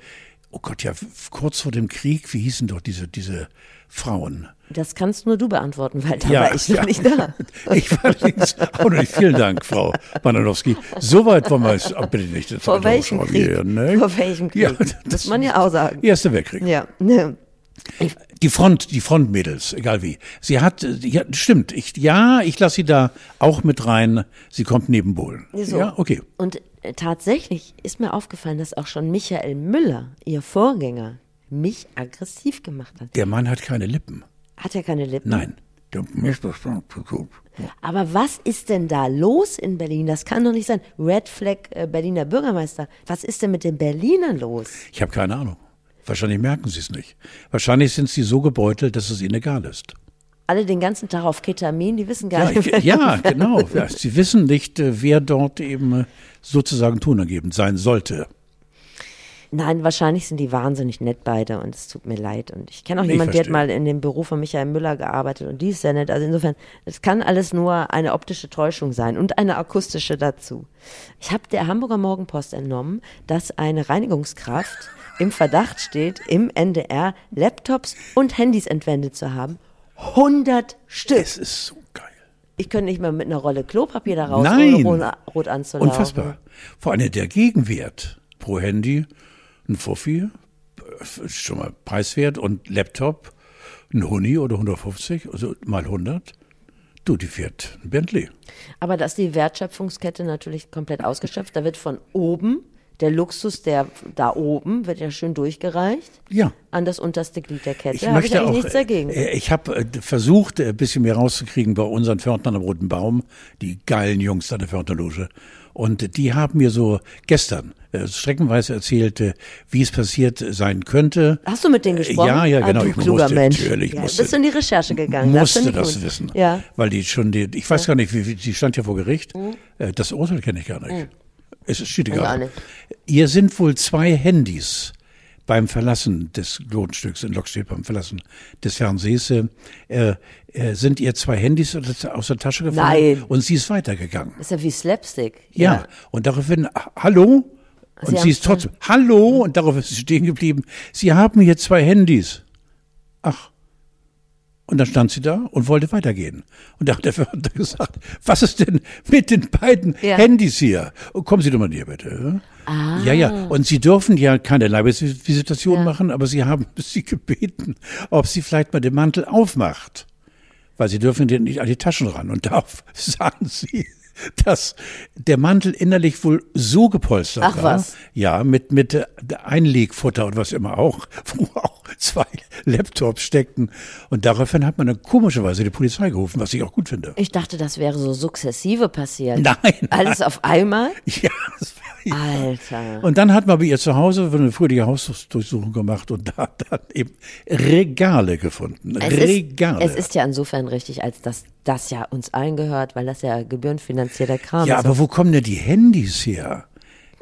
[SPEAKER 2] oh Gott, ja, f- kurz vor dem Krieg, wie hießen doch diese, diese Frauen?
[SPEAKER 1] Das kannst nur du beantworten, weil da
[SPEAKER 2] Ja,
[SPEAKER 1] war ich noch
[SPEAKER 2] ja.
[SPEAKER 1] nicht da.
[SPEAKER 2] Ich war allerdings auch noch nicht. Vielen Dank, Frau Bananowski. So weit wollen wir es, ah, bitte nicht. Das
[SPEAKER 1] Vor
[SPEAKER 2] war doch
[SPEAKER 1] welchem
[SPEAKER 2] schon
[SPEAKER 1] Krieg?
[SPEAKER 2] wieder, ne?
[SPEAKER 1] Vor welchem Krieg?
[SPEAKER 2] Ja,
[SPEAKER 1] das muss
[SPEAKER 2] das-
[SPEAKER 1] man ja auch sagen.
[SPEAKER 2] Erster Weltkrieg.
[SPEAKER 1] Ja. ja.
[SPEAKER 2] Die Front, die Frontmädels, egal wie. Sie hat, äh, ja, stimmt, ich, ja, ich lasse sie da auch mit rein. Sie kommt neben Bohlen.
[SPEAKER 1] So.
[SPEAKER 2] Ja, okay.
[SPEAKER 1] Und äh, tatsächlich ist mir aufgefallen, dass auch schon Michael Müller, ihr Vorgänger, mich aggressiv gemacht hat.
[SPEAKER 2] Der Mann hat keine Lippen.
[SPEAKER 1] Hat er keine Lippen?
[SPEAKER 2] Nein. Der Mist ist schon zu gut.
[SPEAKER 1] Aber was ist denn da los in Berlin? Das kann doch nicht sein. Red Flag äh, Berliner Bürgermeister. Was ist denn mit den Berlinern los?
[SPEAKER 2] Ich habe keine Ahnung. Wahrscheinlich merken sie es nicht. Wahrscheinlich sind sie so gebeutelt, dass es ihnen egal ist.
[SPEAKER 1] Alle den ganzen Tag auf Ketamin, die wissen gar
[SPEAKER 2] Ja,
[SPEAKER 1] nicht.
[SPEAKER 2] ich, ja genau. Ja, sie wissen nicht, äh, wer dort eben äh, sozusagen tonergebend sein sollte.
[SPEAKER 1] Nein, wahrscheinlich sind die wahnsinnig nett beide und es tut mir leid. Und ich kenne auch jemanden, der hat
[SPEAKER 2] verstehe.
[SPEAKER 1] mal in dem Büro von Michael Müller gearbeitet und die ist sehr nett. Also insofern, es kann alles nur eine optische Täuschung sein und eine akustische dazu. Ich habe der Hamburger Morgenpost entnommen, dass eine Reinigungskraft im Verdacht steht, im NDR Laptops und Handys entwendet zu haben. 100 Stück.
[SPEAKER 2] Es ist so geil.
[SPEAKER 1] Ich könnte nicht mehr mit einer Rolle Klopapier da raus,
[SPEAKER 2] Nein.
[SPEAKER 1] ohne ro- rot anzulaufen.
[SPEAKER 2] Unfassbar. Vor allem der Gegenwert pro Handy, ein Fuffi, äh, ist schon mal preiswert, und Laptop, ein Huni oder 150, also mal 100. Du, die fährt ein Bentley.
[SPEAKER 1] Aber da ist die Wertschöpfungskette natürlich komplett ausgeschöpft. Da wird von oben der Luxus, der da oben wird ja schön durchgereicht
[SPEAKER 2] Ja.
[SPEAKER 1] an das unterste Glied der Kette.
[SPEAKER 2] Ich
[SPEAKER 1] Da habe ich
[SPEAKER 2] möchte
[SPEAKER 1] eigentlich
[SPEAKER 2] auch,
[SPEAKER 1] nichts dagegen.
[SPEAKER 2] äh, Ich habe äh, versucht, äh, ein bisschen mehr rauszukriegen bei unseren Pförtnern am Roten Baum, die geilen Jungs da der Pförtnerloge. Und äh, die haben mir so gestern äh, streckenweise erzählt, äh, wie es passiert sein könnte.
[SPEAKER 1] Hast du mit denen gesprochen?
[SPEAKER 2] Ja, ja,
[SPEAKER 1] Ah,
[SPEAKER 2] genau.
[SPEAKER 1] Du
[SPEAKER 2] Ich
[SPEAKER 1] kluger
[SPEAKER 2] musste-
[SPEAKER 1] Mensch.
[SPEAKER 2] natürlich
[SPEAKER 1] ja,
[SPEAKER 2] musste-
[SPEAKER 1] bist du in die Recherche gegangen. darfst du
[SPEAKER 2] musste
[SPEAKER 1] nicht
[SPEAKER 2] das
[SPEAKER 1] tun.
[SPEAKER 2] wissen.
[SPEAKER 1] Ja. Mhm.
[SPEAKER 2] Weil die schon, die, ich weiß gar nicht, wie, wie, die stand ja vor Gericht. Äh, Das Urteil kenne ich gar nicht. Es ist- steht
[SPEAKER 1] auch
[SPEAKER 2] egal.
[SPEAKER 1] Mhm. nicht.
[SPEAKER 2] Ihr sind wohl zwei Handys beim Verlassen des Glotstücks in Lockstedt, beim Verlassen des Fernsehs, äh, äh, sind ihr zwei Handys aus der Tasche gefallen
[SPEAKER 1] Nein.
[SPEAKER 2] und sie ist weitergegangen.
[SPEAKER 1] Das ist ja wie Slapstick.
[SPEAKER 2] Ja, und daraufhin, hallo?
[SPEAKER 1] Sie
[SPEAKER 2] Und
[SPEAKER 1] haben-
[SPEAKER 2] sie ist trotzdem, hallo? Und darauf ist sie stehen geblieben. Sie haben hier zwei Handys. Ach. Und dann stand sie da und wollte weitergehen. Und da hat der Verwandte gesagt, was ist denn mit den beiden
[SPEAKER 1] Ja.
[SPEAKER 2] Handys hier? Oh, kommen Sie doch mal hier bitte. Ja, ja. Und Sie dürfen ja keine Leibesvisitation machen, aber Sie haben sie gebeten, ob sie vielleicht mal den Mantel aufmacht weil sie dürfen den nicht an die Taschen ran. Und da sahen sie, dass der Mantel innerlich wohl so gepolstert
[SPEAKER 1] Ach,
[SPEAKER 2] war.
[SPEAKER 1] was.
[SPEAKER 2] Ja, mit, mit äh, Einlegfutter und was immer auch, wo auch zwei Laptops steckten. Und daraufhin hat man dann komischerweise die Polizei gerufen, was ich auch gut finde.
[SPEAKER 1] Ich dachte, das wäre so sukzessive passiert.
[SPEAKER 2] Nein.
[SPEAKER 1] Alles auf einmal?
[SPEAKER 2] Ja, das war ja.
[SPEAKER 1] Alter.
[SPEAKER 2] Und dann hat man bei ihr zu Hause eine frühliche Hausdurchsuchung gemacht und da hat dann eben Regale gefunden.
[SPEAKER 1] Es ist,
[SPEAKER 2] Regale.
[SPEAKER 1] es ist ja insofern richtig, als dass das ja uns allen gehört, weil das ja gebührenfinanzierter Kram
[SPEAKER 2] Ja,
[SPEAKER 1] ist.
[SPEAKER 2] aber wo kommen denn die Handys her?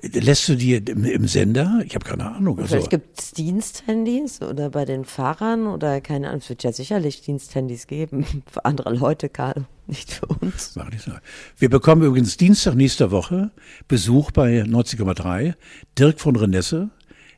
[SPEAKER 2] Lässt du die im, im Sender? Ich habe keine Ahnung. Also,
[SPEAKER 1] Vielleicht gibt es Diensthandys oder bei den Fahrern oder keine Ahnung. Es wird ja sicherlich Diensthandys geben. Für andere Leute, Karl, nicht für uns.
[SPEAKER 2] mach nicht so. Wir bekommen übrigens Dienstag nächster Woche Besuch bei 90,3. Dirk von Renesse,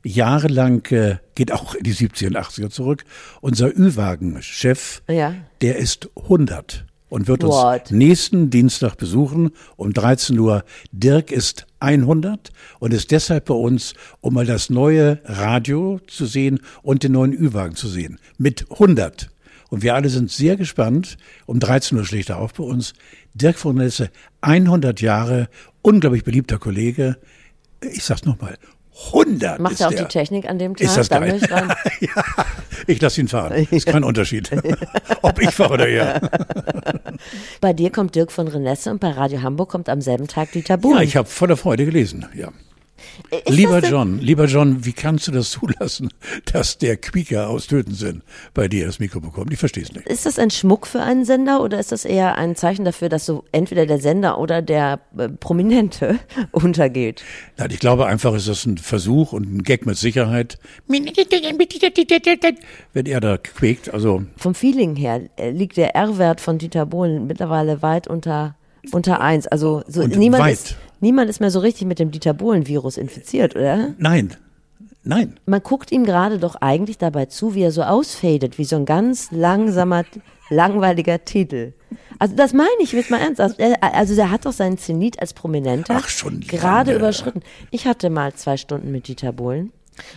[SPEAKER 2] jahrelang, äh, geht auch in die 70er und 80er zurück, unser Ü-Wagen-Chef,
[SPEAKER 1] Ja.
[SPEAKER 2] der ist 100 und wird uns
[SPEAKER 1] What?
[SPEAKER 2] nächsten Dienstag besuchen um 13 Uhr. Dirk ist 100 und ist deshalb bei uns, um mal das neue Radio zu sehen und den neuen Ü-Wagen zu sehen. Mit 100. Und wir alle sind sehr gespannt. Um 13 Uhr schlägt er auf bei uns. Dirk von Nesse, 100 Jahre, unglaublich beliebter Kollege. Ich sag's nochmal. 100
[SPEAKER 1] Macht
[SPEAKER 2] ist
[SPEAKER 1] er auch
[SPEAKER 2] der.
[SPEAKER 1] die Technik an dem Tag?
[SPEAKER 2] Ist das
[SPEAKER 1] Da
[SPEAKER 2] geil?
[SPEAKER 1] bin ich dran.
[SPEAKER 2] ja, ich lasse ihn fahren. Ist kein Unterschied, ob ich fahre oder er.
[SPEAKER 1] Bei dir kommt Dirk von Renesse und bei Radio Hamburg kommt am selben Tag Dieter Bohlen.
[SPEAKER 2] Ja, ich habe voller Freude gelesen. Ja.
[SPEAKER 1] Äh, Ist das
[SPEAKER 2] Lieber
[SPEAKER 1] denn-
[SPEAKER 2] John, lieber John, wie kannst du das zulassen, dass der Quieker aus Tötensinn bei dir das Mikro bekommt? Ich verstehe es nicht.
[SPEAKER 1] Ist das ein Schmuck für einen Sender oder ist das eher ein Zeichen dafür, dass so entweder der Sender oder der äh, Prominente untergeht?
[SPEAKER 2] Nein, ich glaube einfach, es ist ein Versuch und ein Gag mit Sicherheit, wenn er da quäkt. Also
[SPEAKER 1] Vom Feeling her äh, liegt der R-Wert von Dieter Bohlen mittlerweile weit unter unter eins. Also so
[SPEAKER 2] Und
[SPEAKER 1] niemand
[SPEAKER 2] weit.
[SPEAKER 1] ist niemand ist mehr so richtig mit dem Dieter Bohlen Virus infiziert, oder?
[SPEAKER 2] nein, nein.
[SPEAKER 1] Man guckt ihm gerade doch eigentlich dabei zu, wie er so ausfadet, wie so ein ganz langsamer langweiliger Titel. Also das meine ich jetzt mal ernsthaft. Er- Also der hat doch seinen Zenit als Prominenter
[SPEAKER 2] Ach, schon
[SPEAKER 1] gerade
[SPEAKER 2] lange.
[SPEAKER 1] überschritten. Ich hatte mal zwei Stunden mit Dieter Bohlen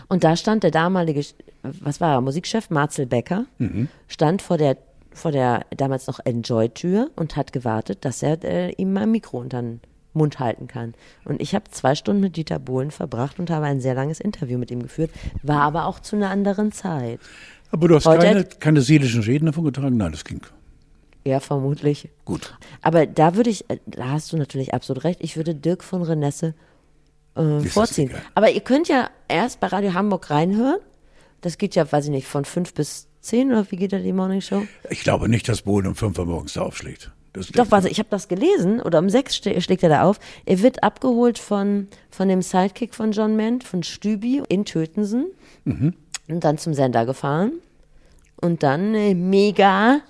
[SPEAKER 1] und da stand der damalige, was war er, Musikchef Marcel Becker, stand vor der vor der damals noch Enjoy-Tür und hat gewartet, dass er äh, ihm mal ein Mikro unter den Mund halten kann. Und ich habe zwei Stunden mit Dieter Bohlen verbracht und habe ein sehr langes Interview mit ihm geführt, war aber auch zu einer anderen Zeit.
[SPEAKER 2] Aber du hast
[SPEAKER 1] Heute
[SPEAKER 2] keine, keine seelischen Schäden davon getragen? Nein, das ging
[SPEAKER 1] Ja, vermutlich.
[SPEAKER 2] gut.
[SPEAKER 1] Aber da würde ich, äh, da hast du natürlich absolut recht, ich würde Dirk von Renesse äh,
[SPEAKER 2] das
[SPEAKER 1] vorziehen.
[SPEAKER 2] egal?
[SPEAKER 1] Aber ihr könnt ja erst bei Radio Hamburg reinhören. Das geht ja, weiß ich nicht, von fünf bis zehn oder wie geht da die Morning Show?
[SPEAKER 2] Ich glaube nicht, dass Bohlen um 5 Uhr morgens da aufschlägt. Das
[SPEAKER 1] Doch, warte, ich habe das gelesen oder um sechs ste- schlägt er da auf. Er wird abgeholt von, von dem Sidekick von John Mant, von Stübi in Tötensen
[SPEAKER 2] Mhm.
[SPEAKER 1] und dann zum Sender gefahren und dann äh, mega,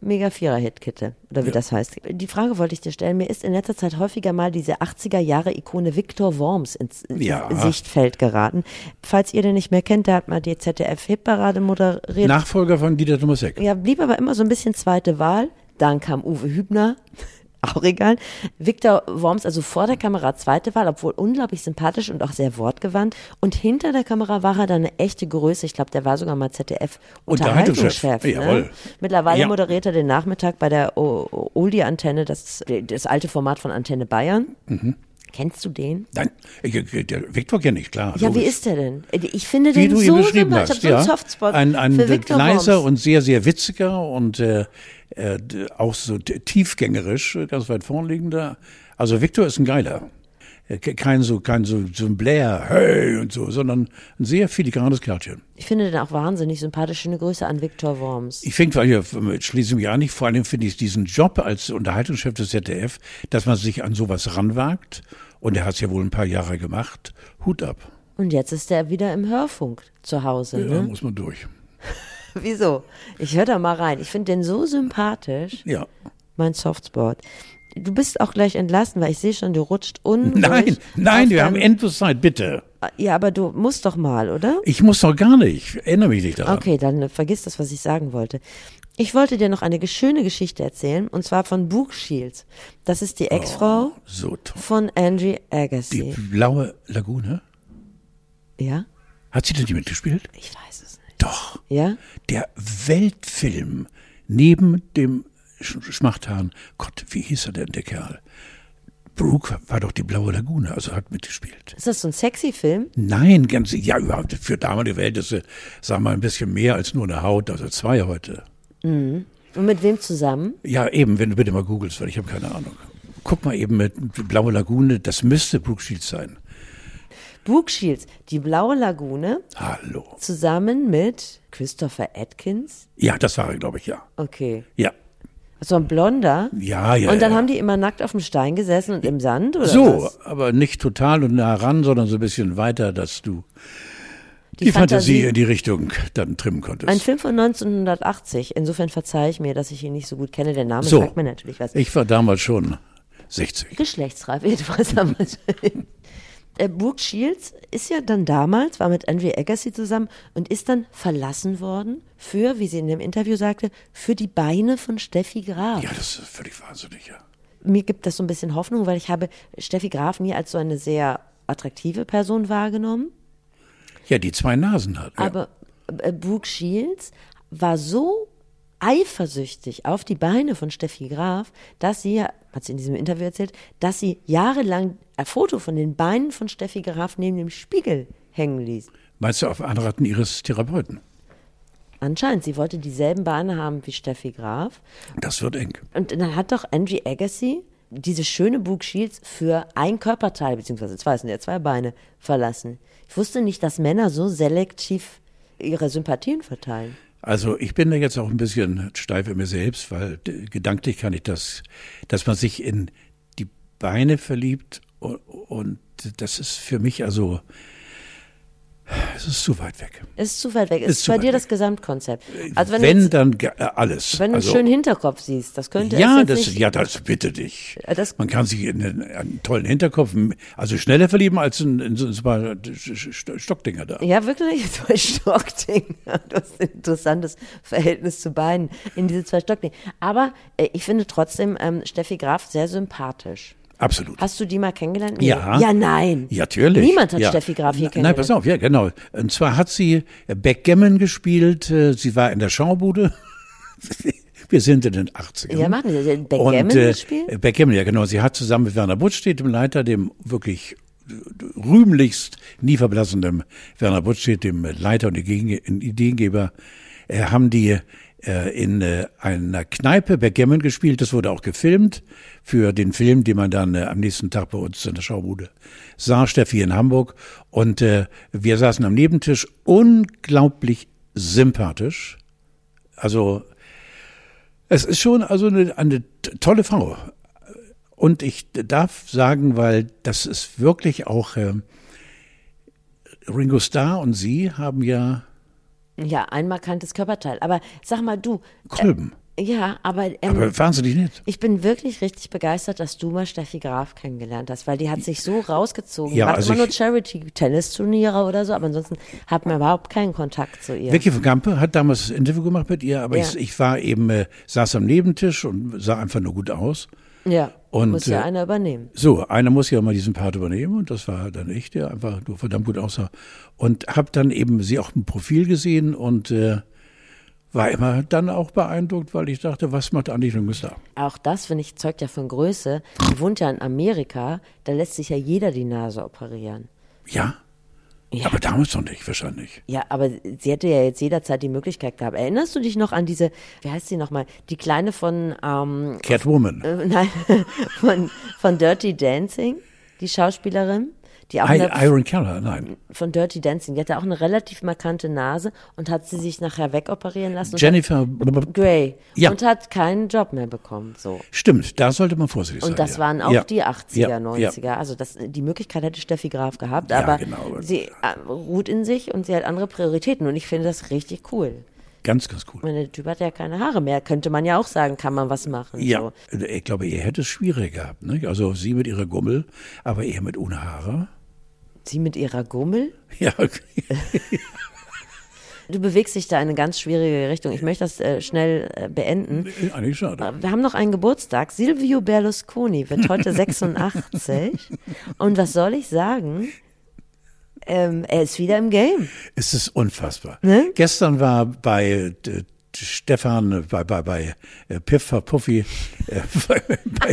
[SPEAKER 1] mega Vierer-Hit-Kitte oder wie das heißt. Die Frage wollte ich dir stellen. Mir ist in letzter Zeit häufiger mal diese 80er-Jahre-Ikone Viktor Worms ins ins
[SPEAKER 2] Ja.
[SPEAKER 1] Sichtfeld geraten. Falls ihr den nicht mehr kennt, der hat mal die ZDF-Hit-Parade moderiert.
[SPEAKER 2] Nachfolger von Dieter Thomasek.
[SPEAKER 1] Ja, blieb aber immer so ein bisschen zweite Wahl. Dann kam Uwe Hübner, auch egal. Viktor Worms, also vor der Kamera zweite Wahl, obwohl unglaublich sympathisch und auch sehr wortgewandt. Und hinter der Kamera war er dann eine echte Größe. Ich glaube, der war sogar mal
[SPEAKER 2] Unterhaltungschef.
[SPEAKER 1] ZDF-Unterhaltungschef. Ne?
[SPEAKER 2] Jawohl.
[SPEAKER 1] Mittlerweile
[SPEAKER 2] Ja.
[SPEAKER 1] moderiert er den
[SPEAKER 2] Mhm.
[SPEAKER 1] Nachmittag bei der O- O- Oldie-Antenne, das, das alte Format von Antenne Bayern. Kennst du den?
[SPEAKER 2] Nein, ich, ich, der Viktor kenne ich, klar.
[SPEAKER 1] Ja, wie
[SPEAKER 2] logisch.
[SPEAKER 1] ist der denn? Ich finde
[SPEAKER 2] Wie
[SPEAKER 1] den
[SPEAKER 2] du ihn
[SPEAKER 1] so
[SPEAKER 2] beschrieben
[SPEAKER 1] sympathisch.
[SPEAKER 2] hast,
[SPEAKER 1] Ich habe
[SPEAKER 2] ja.
[SPEAKER 1] so einen Softspot
[SPEAKER 2] ein ein
[SPEAKER 1] für Victor
[SPEAKER 2] leiser
[SPEAKER 1] Worms.
[SPEAKER 2] und sehr, sehr witziger und äh, äh, d- auch so t- tiefgängerisch, äh, ganz weit vornliegender. Also Viktor ist ein Geiler. Äh, ke- Kein so, kein so, so ein Blair, hey und so, sondern ein sehr filigranes Kärtchen.
[SPEAKER 1] Ich finde den auch wahnsinnig sympathisch. Schöne Grüße an Victor Worms.
[SPEAKER 2] Ich finde, weil ich schließe mich an, ich, vor allem finde ich diesen Job als Unterhaltungschef des ZDF, dass man sich an sowas ranwagt, und er hat es ja wohl ein paar Jahre gemacht, Hut ab.
[SPEAKER 1] Und jetzt ist der wieder im Hörfunk zu Hause.
[SPEAKER 2] Da
[SPEAKER 1] Ne?
[SPEAKER 2] muss man durch.
[SPEAKER 1] Wieso? Ich höre da mal rein. Ich finde den so sympathisch.
[SPEAKER 2] Ja.
[SPEAKER 1] Mein Softspot. Du bist auch gleich entlassen, weil ich sehe schon, du rutscht unruhig.
[SPEAKER 2] Nein, nein,
[SPEAKER 1] auf
[SPEAKER 2] wir haben e-
[SPEAKER 1] deinem-
[SPEAKER 2] Endloszeit, bitte.
[SPEAKER 1] Ja, aber du musst doch mal, oder?
[SPEAKER 2] Ich muss doch gar nicht. Ich erinnere mich nicht daran.
[SPEAKER 1] Okay, dann äh, vergiss das, was ich sagen wollte. Ich wollte dir noch eine schöne Geschichte erzählen, und zwar von Brooke Shields. Das ist die Ex-Frau
[SPEAKER 2] So toll.
[SPEAKER 1] von Angie
[SPEAKER 2] Oh. Die
[SPEAKER 1] Agassi.
[SPEAKER 2] blaue Lagune.
[SPEAKER 1] Ja?
[SPEAKER 2] Hat sie denn die mitgespielt?
[SPEAKER 1] Ich weiß es nicht.
[SPEAKER 2] Doch.
[SPEAKER 1] Ja?
[SPEAKER 2] Der Weltfilm neben dem Sch Schmachthahn. Gott, wie hieß er denn, der Kerl? Brooke war doch die blaue Lagune, also hat mitgespielt.
[SPEAKER 1] Ist das so ein sexy Film?
[SPEAKER 2] Nein, ganz, ja, überhaupt für damalige Welt ist, sie, sagen wir mal, ein bisschen mehr als nur eine Haut, also zwei heute.
[SPEAKER 1] Und mit wem zusammen?
[SPEAKER 2] Ja, eben, wenn du bitte mal googelst, weil ich habe keine Ahnung. Guck mal eben mit Blaue Lagune, das müsste Brooke Shields sein.
[SPEAKER 1] Brooke Shields, die blaue Lagune,
[SPEAKER 2] Hallo.
[SPEAKER 1] zusammen mit Christopher Atkins.
[SPEAKER 2] Ja, das war er, glaube ich, ja.
[SPEAKER 1] Okay.
[SPEAKER 2] Ja,
[SPEAKER 1] So ein Blonder.
[SPEAKER 2] ja, ja.
[SPEAKER 1] Und dann
[SPEAKER 2] ja.
[SPEAKER 1] haben die immer nackt auf dem Stein gesessen und im Sand, oder?
[SPEAKER 2] so,
[SPEAKER 1] Was?
[SPEAKER 2] aber nicht total und nah ran, sondern so ein bisschen weiter, dass du
[SPEAKER 1] Die,
[SPEAKER 2] die, Fantasie, in die Richtung dann trimmen konntest.
[SPEAKER 1] Ein Film von 1980. Insofern verzeihe ich mir, dass ich ihn nicht so gut kenne. Der Name
[SPEAKER 2] So.
[SPEAKER 1] sagt mir natürlich was.
[SPEAKER 2] ich war damals schon 60.
[SPEAKER 1] Geschlechtsreif, jedenfalls damals. Äh, Brooke Shields ist ja dann damals, war mit Andrea Agassi zusammen und ist dann verlassen worden für, wie sie in dem Interview sagte, für die Beine von Steffi Graf.
[SPEAKER 2] Ja, das ist völlig wahnsinnig, ja.
[SPEAKER 1] Mir gibt das so ein bisschen Hoffnung, weil ich habe Steffi Graf nie als so eine sehr attraktive Person wahrgenommen.
[SPEAKER 2] Ja, die zwei Nasen hat. Ja.
[SPEAKER 1] Aber äh, Brooke Shields war so eifersüchtig auf die Beine von Steffi Graf, dass sie, hat sie in diesem Interview erzählt, dass sie jahrelang ein Foto von den Beinen von Steffi Graf neben dem Spiegel hängen ließ.
[SPEAKER 2] Meinst du auf Anraten ihres Therapeuten?
[SPEAKER 1] Anscheinend, sie wollte dieselben Beine haben wie Steffi Graf.
[SPEAKER 2] Das wird eng.
[SPEAKER 1] Und dann hat doch Angie Agassi diese schöne Brooke Shields für ein Körperteil, beziehungsweise zwei, es sind ja zwei Beine, verlassen. Ich wusste nicht, dass Männer so selektiv ihre Sympathien verteilen.
[SPEAKER 2] Also ich bin da jetzt auch ein bisschen steif in mir selbst, weil äh, gedanklich kann ich das, dass man sich in die Beine verliebt und, und das ist für mich also, es ist zu weit weg.
[SPEAKER 1] Ist zu weit weg. Ist,
[SPEAKER 2] Ist zu
[SPEAKER 1] bei
[SPEAKER 2] weit
[SPEAKER 1] dir
[SPEAKER 2] weg. Äh,
[SPEAKER 1] das Gesamtkonzept. Also wenn,
[SPEAKER 2] wenn
[SPEAKER 1] du, jetzt,
[SPEAKER 2] dann ge- äh, alles.
[SPEAKER 1] wenn du
[SPEAKER 2] also,
[SPEAKER 1] einen schönen Hinterkopf siehst, das könnte
[SPEAKER 2] ja,
[SPEAKER 1] es jetzt
[SPEAKER 2] das,
[SPEAKER 1] nicht.
[SPEAKER 2] ja, das bitte dich.
[SPEAKER 1] Äh, das-
[SPEAKER 2] man kann sich in einen, einen tollen Hinterkopf, m- also schneller verlieben als in, in so ein paar Sch- Sch- Stockdinger da.
[SPEAKER 1] Ja, wirklich, zwei Stockdinge. Du hast ein interessantes Verhältnis zu beiden in diese zwei Stockdinge. Aber äh, ich finde trotzdem ähm, Steffi Graf sehr sympathisch.
[SPEAKER 2] Absolut.
[SPEAKER 1] Hast du die mal kennengelernt?
[SPEAKER 2] Ja.
[SPEAKER 1] Ja, nein.
[SPEAKER 2] Ja, natürlich.
[SPEAKER 1] Niemand hat
[SPEAKER 2] ja.
[SPEAKER 1] Steffi Graf hier
[SPEAKER 2] Nein, pass
[SPEAKER 1] kennengelernt.
[SPEAKER 2] auf, ja, genau. Und zwar hat sie Backgammon gespielt, äh, sie war in der Schaubude. Wir sind in den 80ern.
[SPEAKER 1] Ja, machen Sie. Sie hat Backgammon
[SPEAKER 2] Hm? Und, äh,
[SPEAKER 1] gespielt?
[SPEAKER 2] Backgammon, ja genau. Sie hat zusammen mit Werner Buttstedt, dem Leiter, dem wirklich äh, rühmlichst nie verblassenden Werner Buttstedt, dem Leiter und Ideenge- Ideengeber, äh, haben die äh, in äh, einer Kneipe Backgammon gespielt. Das wurde auch gefilmt für den Film, den man dann äh, am nächsten Tag bei uns in der Schaubude sah, Steffi in Hamburg. Und äh, wir saßen am Nebentisch, unglaublich sympathisch. Also es ist schon also eine, eine t- tolle Frau. Und ich d- darf sagen, weil das ist wirklich auch ähm, Ringo Starr und sie haben ja
[SPEAKER 1] Ja, ein markantes Körperteil. Aber sag mal du.
[SPEAKER 2] Krüben.
[SPEAKER 1] Äh, ja, aber, ähm,
[SPEAKER 2] Aber wahnsinnig nett.
[SPEAKER 1] Ich bin wirklich richtig begeistert, dass du mal Steffi Graf kennengelernt hast, weil die hat sich so rausgezogen.
[SPEAKER 2] Ja,
[SPEAKER 1] Macht
[SPEAKER 2] also
[SPEAKER 1] immer nur
[SPEAKER 2] ich-
[SPEAKER 1] Charity-Tennisturniere oder so, aber ansonsten hat man überhaupt keinen Kontakt zu ihr.
[SPEAKER 2] Vicky von Gampe hat damals ein Interview gemacht mit ihr, aber
[SPEAKER 1] Ja.
[SPEAKER 2] ich, ich war eben, äh, saß am Nebentisch und sah einfach nur gut aus.
[SPEAKER 1] ja,
[SPEAKER 2] Und,
[SPEAKER 1] muss ja
[SPEAKER 2] äh,
[SPEAKER 1] einer übernehmen.
[SPEAKER 2] So, einer muss ja mal diesen Part übernehmen und das war dann ich, der einfach nur verdammt gut aussah. Und habe dann eben sie auch im Profil gesehen und äh, war immer dann auch beeindruckt, weil ich dachte, was macht Andi Nüsser?
[SPEAKER 1] Auch das, finde ich, zeugt ja von Größe. Die wohnt ja in Amerika, da lässt sich ja jeder die Nase operieren.
[SPEAKER 2] Ja? ja. Aber damals noch nicht, wahrscheinlich.
[SPEAKER 1] Ja, aber sie hätte ja jetzt jederzeit die Möglichkeit gehabt. Erinnerst du dich noch an diese, wie heißt sie nochmal? Die Kleine von, ähm,
[SPEAKER 2] Catwoman.
[SPEAKER 1] äh, nein, von, von Dirty Dancing, die Schauspielerin. Die auch
[SPEAKER 2] I
[SPEAKER 1] eine-
[SPEAKER 2] Iron Keller, nein.
[SPEAKER 1] von Dirty Dancing, die hatte auch eine relativ markante Nase und hat sie sich nachher wegoperieren lassen. und
[SPEAKER 2] Jennifer,
[SPEAKER 1] hat- Grey.
[SPEAKER 2] Ja.
[SPEAKER 1] Und hat keinen Job mehr bekommen. So.
[SPEAKER 2] stimmt, da sollte man vorsichtig sein.
[SPEAKER 1] Und das
[SPEAKER 2] ja.
[SPEAKER 1] waren auch
[SPEAKER 2] ja.
[SPEAKER 1] die 80er,
[SPEAKER 2] ja.
[SPEAKER 1] 90er. Also das, die Möglichkeit hätte Steffi Graf gehabt,
[SPEAKER 2] Ja,
[SPEAKER 1] aber
[SPEAKER 2] genau.
[SPEAKER 1] sie äh, ruht in sich und sie hat andere Prioritäten und ich finde das richtig cool.
[SPEAKER 2] Ja. Ganz, ganz cool.
[SPEAKER 1] Ich meine, der Typ hat ja keine Haare mehr, könnte man ja auch sagen, kann man was machen.
[SPEAKER 2] Ja,
[SPEAKER 1] So.
[SPEAKER 2] ich glaube, ihr hättet es schwierig gehabt. Ne? Also sie mit ihrer Gummel, aber er mit ohne Haare.
[SPEAKER 1] Sie mit ihrer Gummel?
[SPEAKER 2] Ja, okay.
[SPEAKER 1] Du bewegst dich da in eine ganz schwierige Richtung. Ich möchte das äh, schnell äh, beenden.
[SPEAKER 2] eigentlich schade.
[SPEAKER 1] Wir haben noch einen Geburtstag. Silvio Berlusconi wird heute 86. Und was soll ich sagen? Ähm, er ist wieder im Game.
[SPEAKER 2] Es ist unfassbar. Gestern war bei äh, Stefan, äh, bei, bei, bei äh, Piffer Puffy, äh, bei, bei,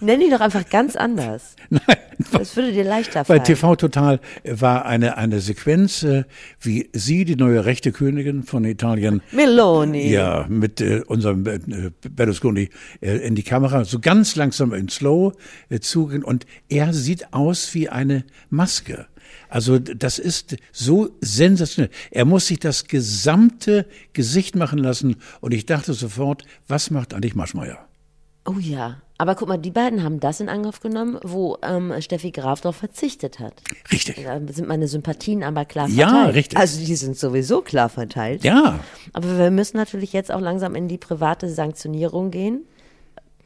[SPEAKER 1] Nenn ihn doch einfach ganz anders.
[SPEAKER 2] nein,
[SPEAKER 1] Das würde dir leichter
[SPEAKER 2] bei
[SPEAKER 1] fallen.
[SPEAKER 2] TV Total war eine, eine Sequenz, äh, wie sie, die neue rechte Königin von Italien,
[SPEAKER 1] Meloni.
[SPEAKER 2] Ja, mit äh, unserem äh, Berlusconi äh, in die Kamera, so ganz langsam in Slow äh, zugehen und er sieht aus wie eine Maske. Also d- das ist so sensationell. Er muss sich das gesamte Gesicht machen lassen und ich dachte sofort, was macht eigentlich Maschmeyer?
[SPEAKER 1] Oh ja. Aber guck mal, die beiden haben das in Angriff genommen, wo ähm, Steffi Graf darauf verzichtet hat.
[SPEAKER 2] Richtig.
[SPEAKER 1] Da sind meine Sympathien aber klar
[SPEAKER 2] Ja,
[SPEAKER 1] verteilt.
[SPEAKER 2] richtig.
[SPEAKER 1] Also die sind sowieso klar verteilt.
[SPEAKER 2] Ja,
[SPEAKER 1] Aber wir müssen natürlich jetzt auch langsam in die private Sanktionierung gehen.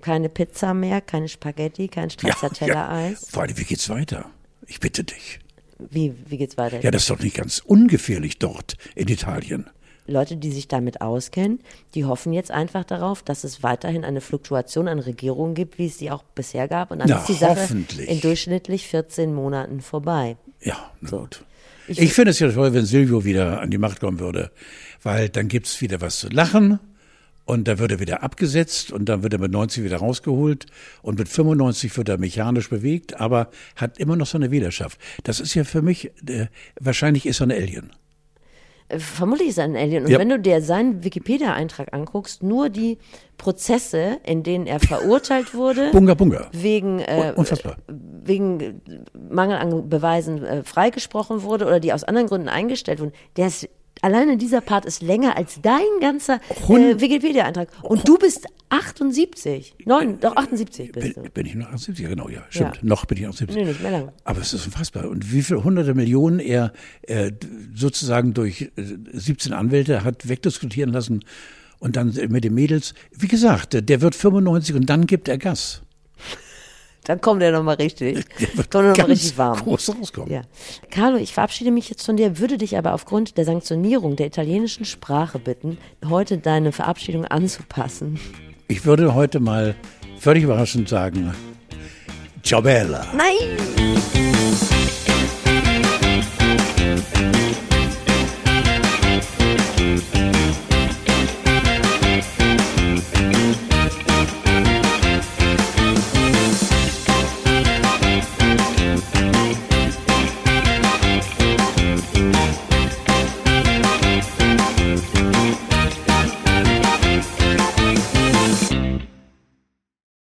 [SPEAKER 1] Keine Pizza mehr, keine Spaghetti, kein
[SPEAKER 2] ja,
[SPEAKER 1] Stracciatella-Eis.
[SPEAKER 2] Vor allem, wie geht's weiter? Ich bitte dich.
[SPEAKER 1] Wie, wie geht's weiter?
[SPEAKER 2] Ja, das ist doch nicht ganz ungefährlich dort in Italien.
[SPEAKER 1] Leute, die sich damit auskennen, die hoffen jetzt einfach darauf, dass es weiterhin eine Fluktuation an Regierungen gibt, wie es die auch bisher gab. Und dann
[SPEAKER 2] Na,
[SPEAKER 1] ist die Sache
[SPEAKER 2] hoffentlich.
[SPEAKER 1] in durchschnittlich 14 Monaten vorbei.
[SPEAKER 2] Ja, na gut. Ich, finde es ja toll, wenn Silvio wieder an die Macht kommen würde, weil dann gibt's wieder was zu lachen und dann wird er wieder abgesetzt und dann wird er mit 90 wieder rausgeholt und mit 95 wird er mechanisch bewegt, aber hat immer noch so eine Widerschaft. Das ist ja für mich, äh, wahrscheinlich ist er ein Alien.
[SPEAKER 1] Äh, Vermutlich ist er ein Alien. Und
[SPEAKER 2] Ja.
[SPEAKER 1] wenn du dir seinen Wikipedia-Eintrag anguckst, nur die Prozesse, in denen er verurteilt wurde,
[SPEAKER 2] Bunga Bunga.
[SPEAKER 1] wegen, äh,
[SPEAKER 2] Unfassbar.
[SPEAKER 1] wegen äh, Mangel an Beweisen äh, freigesprochen wurde oder die aus anderen Gründen eingestellt wurden, der ist alleine dieser Part ist länger als dein ganzer äh, Wikipedia-Eintrag. Und du bist 78. Neun, doch 78 bist du.
[SPEAKER 2] Bin, bin ich noch 78? Ja, genau, ja, stimmt.
[SPEAKER 1] Ja.
[SPEAKER 2] Noch bin ich 78.
[SPEAKER 1] Nee, nicht mehr lange.
[SPEAKER 2] Aber es ist unfassbar. Und wie viele hunderte Millionen er äh, d- sozusagen durch äh, 17 Anwälte hat wegdiskutieren lassen und dann mit den Mädels. Wie gesagt, der wird 95 und dann gibt er Gas.
[SPEAKER 1] Dann kommt er nochmal richtig. Kommt er
[SPEAKER 2] Ganz
[SPEAKER 1] nochmal richtig warm.
[SPEAKER 2] Groß rauskommen.
[SPEAKER 1] Ja. Carlo, ich verabschiede mich jetzt von dir, würde dich aber aufgrund der Sanktionierung der italienischen Sprache bitten, heute deine Verabschiedung anzupassen.
[SPEAKER 2] Ich würde heute mal völlig überraschend sagen, Ciao Bella.
[SPEAKER 1] Nein!